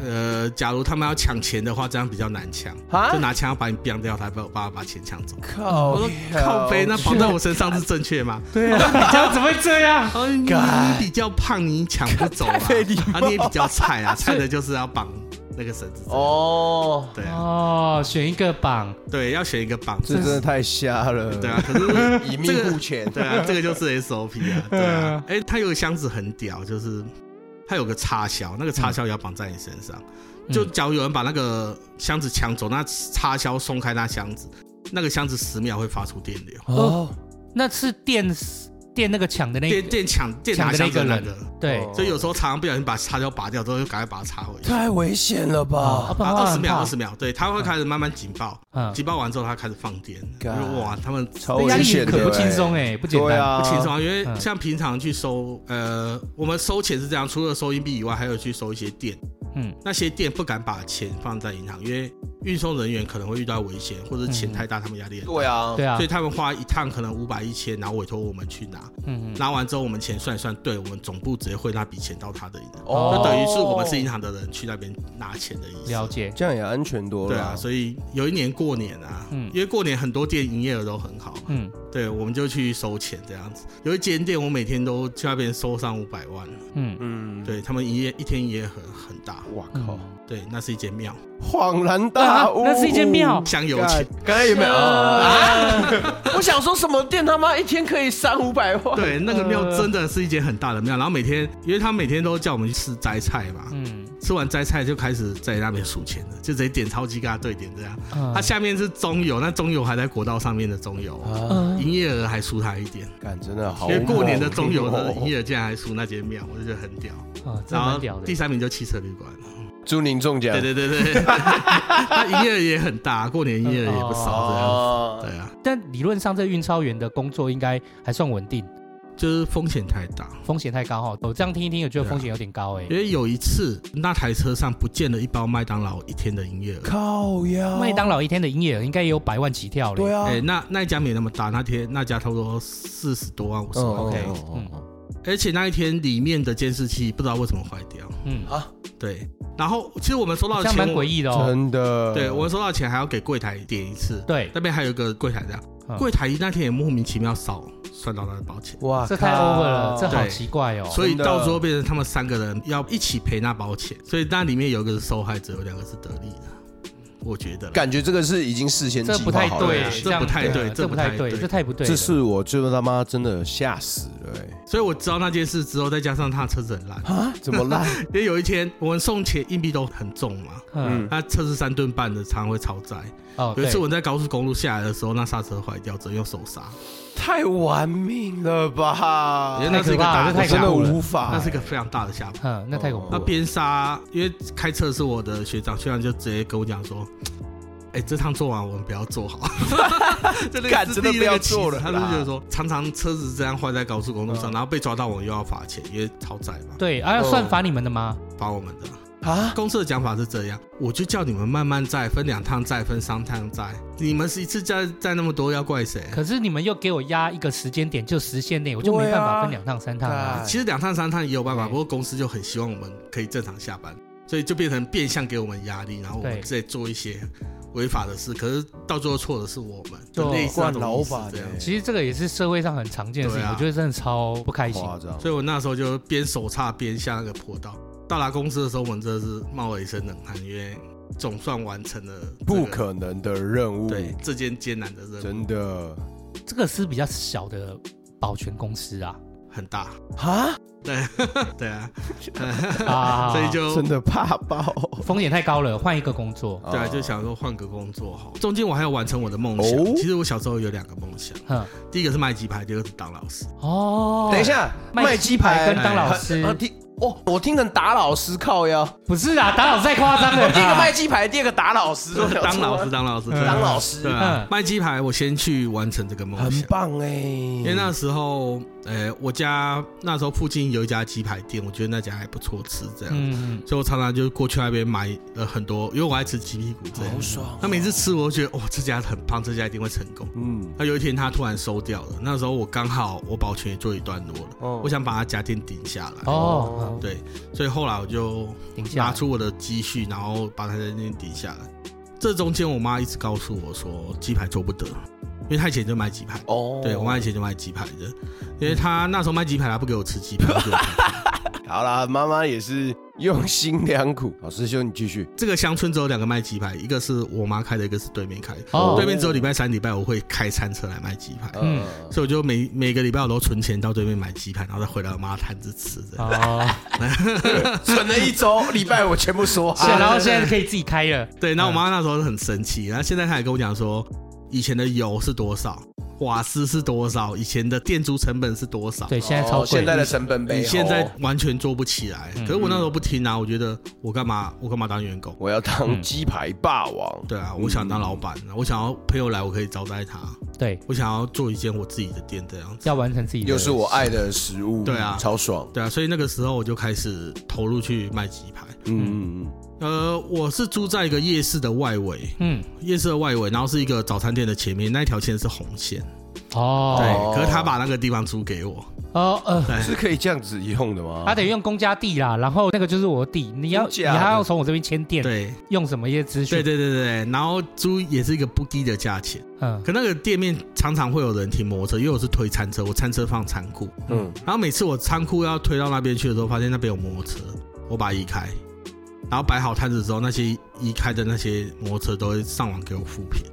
Speaker 3: 呃，假如他们要抢钱的话，这样比较难抢，
Speaker 1: 啊
Speaker 3: 就拿枪把你毙掉，才把把把钱抢走。
Speaker 1: 靠
Speaker 3: 我说靠背，那绑在我身上是正确 吗？
Speaker 2: 对啊，这样怎么会这样？
Speaker 3: 他说你
Speaker 1: 干
Speaker 3: 你比较胖，你抢不走啊
Speaker 1: 太没礼，
Speaker 3: 啊，你也比较菜 啊，菜的就是要绑那个绳子。哦，
Speaker 1: 哦，
Speaker 3: 对啊，
Speaker 2: 哦，选一个榜，
Speaker 3: 对，要选一个绑。
Speaker 1: 这真的太瞎了。
Speaker 3: 对啊，可是
Speaker 1: 以
Speaker 3: 命这个护
Speaker 1: 钱
Speaker 3: 对啊，这个就是 SOP 啊，对啊。哎、它有个箱子很屌，就是它有个插销，那个插销也要绑在你身上。
Speaker 2: 嗯
Speaker 3: 就假如有人把那个箱子抢走，那插销松开那箱子，那个箱子十秒会发出电流，
Speaker 1: 哦，
Speaker 2: 那是电电那个抢的那
Speaker 3: 电电抢电拿箱子的那
Speaker 2: 抢的
Speaker 3: 个。
Speaker 2: 对
Speaker 1: 哦
Speaker 3: 所以有时候常常不小心把插销拔掉之后，就赶快把它插回去。
Speaker 1: 太危险了
Speaker 2: 啊，
Speaker 1: 吧？
Speaker 2: 不然
Speaker 3: 啊，
Speaker 2: 他很
Speaker 3: 二十秒，
Speaker 2: 怕
Speaker 3: 二十秒，对，它会开始慢慢警报，
Speaker 2: 嗯，
Speaker 3: 警报完之后它开始放电，就
Speaker 1: 干
Speaker 3: 哇，他们
Speaker 1: 超
Speaker 2: 压
Speaker 1: 危
Speaker 2: 力
Speaker 1: 险的，
Speaker 2: 可不轻
Speaker 1: 欸
Speaker 2: 松哎，不简
Speaker 1: 对
Speaker 2: 单。
Speaker 1: 啊，
Speaker 3: 不轻松啊，因为
Speaker 2: 嗯
Speaker 3: 像平常去收，呃，我们收钱是这样，除了收硬币以外，还有去收一些店。
Speaker 2: 嗯
Speaker 3: 那些店不敢把钱放在银行，因为运送人员可能会遇到危险，或者钱
Speaker 2: 嗯
Speaker 3: 太大，他们压力很大。
Speaker 1: 对啊，
Speaker 2: 对啊
Speaker 3: 所以，他们花一趟可能五百一千，然后委托我们去拿，
Speaker 2: 嗯嗯
Speaker 3: 拿完之后我们钱算一算，对我们总部直接汇那笔钱到他的银行，
Speaker 1: 哦
Speaker 3: 就等于是我们是银行的人去那边拿钱的意思。
Speaker 2: 了解，
Speaker 1: 这样也安全多了。
Speaker 3: 对啊，所以有一年过年啊，
Speaker 2: 嗯
Speaker 3: 因为过年很多店营业额都很好，
Speaker 2: 嗯
Speaker 3: 对，我们就去收钱这样子。有一间店，我每天都去那边收上五百万，
Speaker 2: 嗯，
Speaker 1: 嗯，
Speaker 3: 对他们营业一天营业额很很大。
Speaker 1: 哇
Speaker 2: 嗯
Speaker 1: 靠，
Speaker 3: 对，那是一间庙，
Speaker 1: 恍然大悟，
Speaker 2: 啊那是一间庙
Speaker 3: 香油
Speaker 1: 干
Speaker 3: 钱。
Speaker 1: 刚才有没有？
Speaker 2: 啊
Speaker 1: 我想说什么店他妈一天可以三五百万，
Speaker 3: 对，那个庙真的是一间很大的庙，然后每天，因为他每天都叫我们去吃斋菜嘛，
Speaker 2: 嗯，
Speaker 3: 吃完斋菜就开始在那边数钱了，就直接点超级跟他对点这样。
Speaker 2: 嗯
Speaker 3: 他下面是中油，那中油还在国道上面的中油，
Speaker 2: 嗯
Speaker 3: 营业额还输他一点，
Speaker 1: 啊干真的好
Speaker 3: 因
Speaker 1: 猛哦，
Speaker 3: 为过年的中油
Speaker 1: 哦
Speaker 3: 的营业额竟然还输那间庙，我就觉得很屌。
Speaker 2: 啊，哦这
Speaker 3: 然
Speaker 2: 蛮
Speaker 3: 后
Speaker 2: 屌
Speaker 3: 第
Speaker 2: 的，
Speaker 3: 三名就汽车旅馆。
Speaker 1: 祝您中奖，
Speaker 3: 对对对对，那营业额也很大，过年营业额也不少这样
Speaker 1: 哦
Speaker 3: 子。，对啊，
Speaker 2: 但理论上这运钞员的工作应该还算稳定，
Speaker 3: 就是风险太大。
Speaker 2: 风险太高哈。我这样听一听，我觉得
Speaker 3: 对啊
Speaker 2: 风险有点高哎
Speaker 3: 因。为有一次，那台车上不见了一包麦当劳一天的营业额。
Speaker 1: 靠呀，
Speaker 2: 麦当劳一天的营业额应该也有百万起跳了。
Speaker 1: 对
Speaker 2: 啊，
Speaker 1: 啊，
Speaker 3: 哎、那那一家没那么大，那天那家差不多四十多万、五十
Speaker 1: 嗯
Speaker 3: 万、
Speaker 1: 嗯
Speaker 2: OK，
Speaker 1: 嗯嗯
Speaker 3: 而且那一天里面的监视器不知道为什么坏掉。
Speaker 2: 嗯，
Speaker 1: 啊，
Speaker 3: 对，然后其实我们收到
Speaker 2: 这
Speaker 3: 的
Speaker 2: 样蛮
Speaker 3: 钱，
Speaker 2: 诡异的哦。
Speaker 1: 真的，
Speaker 3: 对我们收到的钱还要给柜台点一次，
Speaker 2: 对，
Speaker 3: 那边还有一个柜台这样，
Speaker 2: 嗯
Speaker 3: 柜台那天也莫名其妙少算到那包钱。
Speaker 1: 哇，
Speaker 2: 这太
Speaker 1: 靠
Speaker 2: over 了，这好
Speaker 3: 对
Speaker 2: 奇怪哦。
Speaker 3: 所以
Speaker 1: 真的
Speaker 3: 到时候变成他们三个人要一起赔那包钱，所以那里面有一个是受害者，有两个是得利的，我觉得啦。
Speaker 1: 感觉这个是已经事先
Speaker 2: 这
Speaker 1: 计
Speaker 2: 不
Speaker 1: 划
Speaker 2: 太
Speaker 1: 好了
Speaker 2: 对
Speaker 3: 啊，
Speaker 2: 这样
Speaker 3: 这不太对
Speaker 2: 啊这
Speaker 3: 这
Speaker 2: 不
Speaker 3: 不
Speaker 2: 太
Speaker 3: 太
Speaker 2: 对，
Speaker 3: 对
Speaker 2: 这太不对了。
Speaker 1: 这是我就他妈真的吓死了欸
Speaker 3: 所以我知道那件事之后，再加上他车子很烂，
Speaker 1: 啊！怎么烂？
Speaker 3: 因为有一天我们送钱硬币都很重嘛，
Speaker 2: 嗯
Speaker 1: 嗯
Speaker 3: 那车子三吨半的，常常会超载。
Speaker 2: 哦，
Speaker 3: 有一
Speaker 2: 对
Speaker 3: 次我在高速公路下来的时候，那刹车坏掉，只能用手刹，
Speaker 1: 太玩命了吧
Speaker 3: 因为！那是一个
Speaker 2: 太
Speaker 3: 大
Speaker 2: 可怕了这太
Speaker 1: 我真
Speaker 2: 恐怖
Speaker 1: 的
Speaker 2: 了
Speaker 1: 无法欸，
Speaker 3: 那是一个非常大的下坡。
Speaker 2: 嗯，那太恐怖
Speaker 1: 哦
Speaker 3: 那
Speaker 2: 了。
Speaker 3: 边刹，因为开车的是我的学长，学长就直接跟我讲说。哎、这趟做完我们不要做好，这类
Speaker 1: 干
Speaker 3: 似
Speaker 1: 真的
Speaker 3: 第
Speaker 1: 不要
Speaker 3: 六期
Speaker 1: 做了
Speaker 3: 他就
Speaker 1: 啦
Speaker 3: 觉得说，常常车子这样坏在高速公路上，
Speaker 2: 嗯
Speaker 3: 然后被抓到，我们又要罚钱，因为超载嘛，
Speaker 2: 对，啊，要算罚你们的吗？
Speaker 3: 罚我们的。
Speaker 1: 啊！
Speaker 3: 公司的讲法是这样，我就叫你们慢慢载，分两趟载，分三趟载。你们是一次载载那么多，要怪
Speaker 1: 哎
Speaker 3: 谁？
Speaker 2: 可是你们又给我压一个时间点，就时限内，我就没办
Speaker 1: 对啊
Speaker 2: 法分两趟三趟啊
Speaker 1: 干。
Speaker 3: 其实两趟三趟也有办法，
Speaker 1: 哎
Speaker 2: 对
Speaker 3: 不过公司就很希望我们可以正常下班，所以就变成变相给我们压力，然后我
Speaker 2: 对
Speaker 3: 们再做一些违法的事。可是到最后错的是我们，
Speaker 2: 就
Speaker 1: 啊
Speaker 3: 就类似那
Speaker 1: 惯
Speaker 3: 种
Speaker 1: 老
Speaker 3: 意思
Speaker 1: 板
Speaker 3: 这样。
Speaker 1: 欸
Speaker 2: 其实这个也是社会上很常见的事情，
Speaker 3: 对啊
Speaker 2: 我觉得真的超不开心。
Speaker 1: 夸张，
Speaker 3: 所以我那时候就边手叉边下那个坡道。到达公司的时候，我们真的是冒了一身冷汗，因为总算完成了、
Speaker 1: 不可能的任务，
Speaker 3: 对这件艰难的任务
Speaker 1: 真的
Speaker 2: 这个是比较小的保全公司啊，
Speaker 3: 很大。
Speaker 1: 啊，
Speaker 3: 对啊，
Speaker 2: 啊，
Speaker 3: 所以就
Speaker 1: 真的怕爆。
Speaker 2: 风险太高了，换一个工作。
Speaker 3: 对啊，就想说换个工作哈。中间我还有完成我的梦想。
Speaker 1: 哦
Speaker 3: 其实我小时候有两个梦想，
Speaker 2: 哼，
Speaker 3: 第一个是卖鸡排，第二个是当老师。
Speaker 2: 哦，
Speaker 1: 等一，下，
Speaker 2: 卖
Speaker 1: 卖
Speaker 2: 鸡
Speaker 1: 鸡
Speaker 2: 排
Speaker 1: 排
Speaker 2: 跟当老师
Speaker 1: 啊，啊听哦，我听成打老师靠腰，
Speaker 2: 不是啊，打老师太夸张了 啊
Speaker 1: 第一个卖
Speaker 2: 啦。
Speaker 1: 鸡排，第二个打老师，我想
Speaker 3: 当
Speaker 1: 说
Speaker 3: 老师，当老师，对啊
Speaker 1: 当老师
Speaker 3: 对啊
Speaker 2: 嗯，
Speaker 3: 卖鸡排，我先去完成这个梦
Speaker 1: 很
Speaker 3: 想。
Speaker 1: 棒哎、
Speaker 3: 因为那时候，呃、我家那时候附近有一家鸡排店，我觉得那家还不错吃，这样，
Speaker 2: 嗯，
Speaker 3: 所以我常常就过去那边买了很多，因为我爱吃鸡屁股这样
Speaker 1: 好。爽、哦
Speaker 3: 那每次吃，我都觉得哇，这家很棒，这家一定会成功。
Speaker 1: 嗯，
Speaker 3: 那有一天他突然收掉了，那时候我刚好我保全也做一段落了，
Speaker 1: 哦
Speaker 3: 我想把他家店顶下来。
Speaker 2: 哦，
Speaker 3: 对，所以后来我就
Speaker 2: 顶下来
Speaker 3: 拿出我的积蓄，然后把他家店顶下来。这中间我妈一直告诉我说，鸡排做不得，因为她以前就卖鸡排。
Speaker 1: 哦
Speaker 3: 对我妈以前就卖鸡排的，因为她那时候卖鸡排，她不给我吃鸡排。她给我看
Speaker 1: 好啦，妈妈也是用心良苦。老师兄，你继续。
Speaker 3: 这个乡村只有两个卖鸡排，一个是我妈开的，一个是对面开的。
Speaker 2: 哦
Speaker 3: 对面只有礼拜三、礼拜五会开餐车来卖鸡排，
Speaker 2: 嗯
Speaker 1: 呃
Speaker 3: 所以我就每每个礼拜我都存钱到对面买鸡排，然后再回来我妈摊子吃的。
Speaker 2: 哦，
Speaker 1: 存呃了一周，礼拜我全部说啊
Speaker 2: 是，然后现在可以自己开了。
Speaker 3: 对，然后我妈那时候很生气，然后现在她还跟我讲说，以前的油是多少，瓦斯是多少，以前的店租成本是多少。
Speaker 2: 对，现在超
Speaker 1: 哦
Speaker 2: 贵。
Speaker 1: 现在的成本杯，
Speaker 3: 你现在
Speaker 1: 哦
Speaker 3: 完全做不起来，
Speaker 2: 嗯
Speaker 3: 可是我那时候不听啊，我觉得我干嘛我干嘛当员工？
Speaker 1: 我要当
Speaker 2: 嗯
Speaker 1: 鸡排霸王。
Speaker 3: 对啊，我想当老板，我想要朋友来，我可以招待他，
Speaker 2: 对，
Speaker 3: 我想要做一间我自己的店这样子。
Speaker 2: 要完成自己的。
Speaker 1: 又是我爱的食物，
Speaker 3: 对啊
Speaker 1: 超爽。
Speaker 3: 对啊，所以那个时候我就开始投入去卖鸡排。
Speaker 1: 嗯嗯嗯，
Speaker 3: 呃，我是住在一个夜市的外围，
Speaker 2: 嗯，
Speaker 3: 夜市的外围，然后是一个早餐店的前面，那一条线是红线。
Speaker 2: 哦，
Speaker 1: 哦
Speaker 3: 对，可是他把那个地方租给我，
Speaker 2: 哦，呃，
Speaker 1: 嗯是可以这样子用的吗？
Speaker 2: 他得用公家地啦，然后那个就是我的地，你要
Speaker 1: 真
Speaker 2: 你
Speaker 1: 假的
Speaker 2: 还要从我这边签店，
Speaker 3: 对，
Speaker 2: 用什么一些资
Speaker 3: 对
Speaker 2: 讯？
Speaker 3: 对对对，然后租也是一个不低的价钱。
Speaker 2: 嗯，
Speaker 3: 可那个店面常常会有人停摩托车，因为我是推餐车，我餐车放仓库，
Speaker 1: 嗯，
Speaker 3: 然后每次我仓库要推到那边去的时候，发现那边有摩托车，我把它移开，然后摆好摊子之后，那些移开的那些摩托车都会上网给我复评。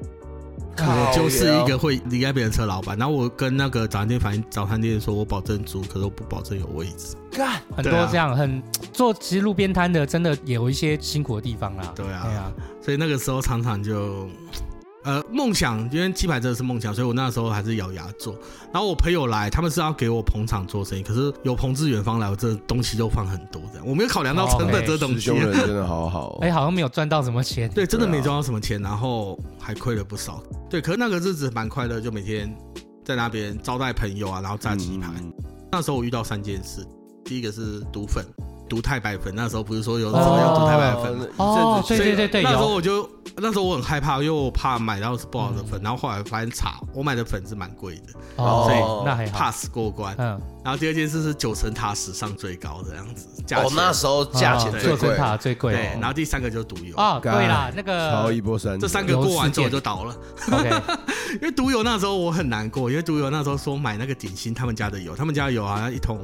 Speaker 1: 靠
Speaker 3: 我就是一
Speaker 1: 腰
Speaker 3: 个会离开别人车老板，然后我跟那个早餐店反映，早餐店说我保证租，可是我不保证有位置。
Speaker 1: 干，
Speaker 2: 很
Speaker 3: 对
Speaker 2: 多
Speaker 3: 啊
Speaker 2: 这样很做，其实路边摊的真的有一些辛苦的地方啦。
Speaker 3: 对啊
Speaker 2: 对啊，
Speaker 3: 所以那个时候常常就，呃，梦想，因为鸡排真的是梦想，所以我那时候还是咬牙做。然后我朋友来，他们是要给我捧场做生意，可是有朋自远方来，我这东西就放很多这样，我没有考量到成
Speaker 2: 哦
Speaker 3: 本
Speaker 2: 哎
Speaker 3: 这东
Speaker 1: 师
Speaker 3: 西
Speaker 1: 兄。人真的好好哦
Speaker 2: 哎，。好像没有赚到什么钱。
Speaker 3: 对，真的
Speaker 1: 对啊
Speaker 3: 没赚到什么钱，然后还亏了不少。对，可是那个日子蛮快乐，就每天在那边招待朋友啊，然后炸鸡排。
Speaker 1: 嗯
Speaker 3: 那时候我遇到三件事，第一个是毒粉，毒太白粉。那时候不是说有时候要毒太白粉吗？
Speaker 2: 哦
Speaker 1: 这
Speaker 2: 对对哦对对，
Speaker 3: 那时候
Speaker 2: 有
Speaker 3: 我就那时候我很害怕，因为我怕买到是不好的
Speaker 2: 嗯
Speaker 3: 粉，然后后来发现茶，我买的粉是蛮贵的所
Speaker 2: 哦
Speaker 1: 以，
Speaker 2: 那还好。
Speaker 3: ，pass 过关。
Speaker 2: 嗯，
Speaker 3: 然后第二件事是九层塔史上最高的样子价
Speaker 1: 哦
Speaker 3: 钱，，
Speaker 1: 那时候价钱
Speaker 2: 哦
Speaker 1: 最
Speaker 2: 做
Speaker 1: 贵
Speaker 2: 灯，塔最贵
Speaker 3: 对
Speaker 2: 哦。。
Speaker 3: 然后第三个就是毒油，
Speaker 2: 哦，
Speaker 1: 干
Speaker 2: 对啦，那
Speaker 1: 超
Speaker 2: 个
Speaker 1: 一波三，
Speaker 3: 这三个过完之后我就倒了。
Speaker 2: OK，
Speaker 3: 因为毒油那时候我很难过，因为毒油那时候说买那个鼎新他们家的油，他们家的油好像一桶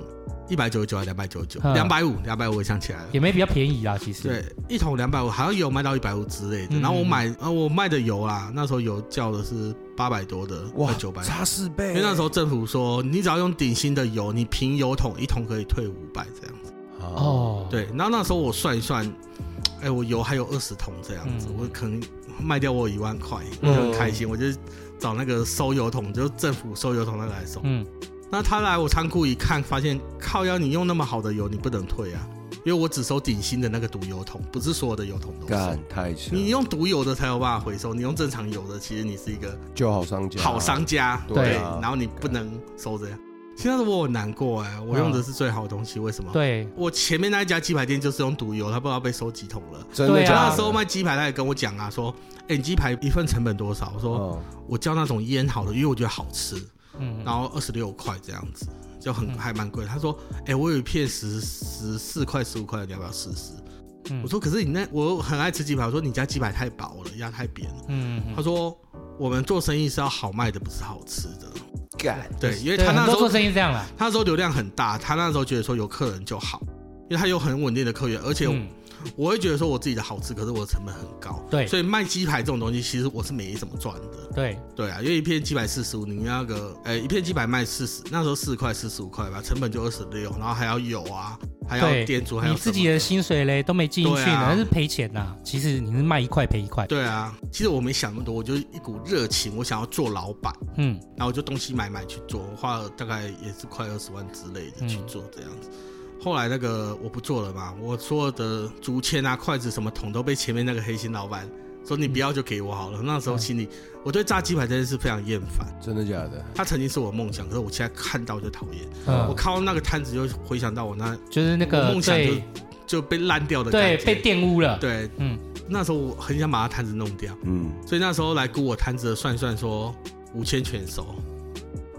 Speaker 3: 一百九十九还两百九十九，
Speaker 2: 嗯
Speaker 3: 两百五两百五我想起来了。
Speaker 2: 也没比较便宜啦，其实。
Speaker 3: 对，一桶两百五，好像有卖到一百五之类的。
Speaker 2: 嗯
Speaker 3: 然后我买，呃，我卖的油啦，那时候油叫的是八百多的，
Speaker 1: 哇
Speaker 3: 九百，
Speaker 1: 差欸四倍，
Speaker 3: 因为那时候政府说，你只要用鼎新的油，你凭油桶一桶可以退五百这样子。
Speaker 2: 哦，
Speaker 3: 对，然后那时候我算一算，哎，我油还有二十桶这样子，
Speaker 2: 嗯
Speaker 3: 我可能卖掉我一万块，我
Speaker 1: 嗯
Speaker 3: 就很开心，我就找那个收油桶，就是政府收油桶那个来收。
Speaker 2: 嗯，
Speaker 3: 那他来我仓库一看，发现靠腰你用那么好的油，你不能退啊，因为我只收顶新的那个毒油桶，不是所有的油桶都收。
Speaker 1: 干太
Speaker 2: 啊
Speaker 1: 扯，
Speaker 3: 你用毒油的才有办法回收，你用正常油的，其实你是一个
Speaker 1: 就好商
Speaker 2: 啊
Speaker 1: 家，
Speaker 3: 好商家，
Speaker 1: 对
Speaker 3: 对
Speaker 1: 啊，
Speaker 3: 然后你不能收这样。其实我很难过哎，我用的是最好的东西，为什么？，
Speaker 2: 啊对，
Speaker 3: 我前面那一家鸡排店就是用毒油，他不知道被收几桶了。
Speaker 1: 真的
Speaker 2: 对啊
Speaker 1: 假的？
Speaker 3: 那时候卖鸡排，他也跟我讲啊，说，哎，你鸡排一份成本多少？我说
Speaker 1: 哦，
Speaker 3: 我叫那种腌好的，因为我觉得好吃。
Speaker 2: 嗯，
Speaker 3: 然后二十六块这样子，就很
Speaker 2: 嗯
Speaker 3: 还蛮贵。他说：“哎、我有一片十十四块、十五块的，你要不要试试？”
Speaker 2: 嗯
Speaker 3: 我说：“可是你那我很爱吃鸡排。”我说：“你家鸡排太薄了，压太扁了。
Speaker 2: 嗯，嗯
Speaker 3: 他说：“我们做生意是要好卖的，不是好吃的。
Speaker 1: 干”
Speaker 3: 对，因为
Speaker 2: 对
Speaker 3: 他那
Speaker 2: 很
Speaker 3: 时
Speaker 2: 多
Speaker 3: 候
Speaker 2: 做生意这样啦。
Speaker 3: 他那时候流量很大，他那时候觉得说有客人就好，因为他有很稳定的客源，而且我,、
Speaker 2: 嗯
Speaker 3: 我会觉得说我自己的好吃，可是我的成本很高。
Speaker 2: 对
Speaker 3: 所以卖鸡排这种东西，其实我是没怎么赚的。
Speaker 2: 对，
Speaker 3: 对啊，因为一片鸡百四十五，你那个，呃、一片鸡百卖四十，那时候四十块、四十五块吧，成本就二十六，然后还要有啊，还
Speaker 2: 对
Speaker 3: 要店主，还有
Speaker 2: 你自
Speaker 3: 什么
Speaker 2: 己的。薪水嘞都没进去
Speaker 3: 对
Speaker 2: 呢
Speaker 3: 啊，
Speaker 2: 那是赔钱呐。其实你是卖一块赔一块。
Speaker 3: 对啊，其实我没想那么多，我就是一股热情，我想要做老板，
Speaker 2: 嗯，
Speaker 3: 然后我就东西买买去做，我花了大概也是快二十万之类的去做这样子。后来那个我不做了嘛，我所有的竹签啊、筷子什么桶都被前面那个黑心老板说你不要就给我好了。那时候心里，我对炸鸡排这件事非常厌烦。
Speaker 1: 真的假的？
Speaker 3: 它曾经是我梦想，可是我现在看到就讨厌。
Speaker 2: 嗯
Speaker 3: 我看到那个摊子就回想到我那
Speaker 2: 就是那
Speaker 3: 我
Speaker 2: 个
Speaker 3: 梦想就
Speaker 2: 对
Speaker 3: 就被烂掉的
Speaker 2: 对
Speaker 3: 感觉。
Speaker 2: 被玷污了，
Speaker 3: 对，
Speaker 2: 嗯，
Speaker 3: 那时候我很想把他摊子弄掉，
Speaker 1: 嗯，
Speaker 3: 所以那时候来估我摊子的算一算说五千全收，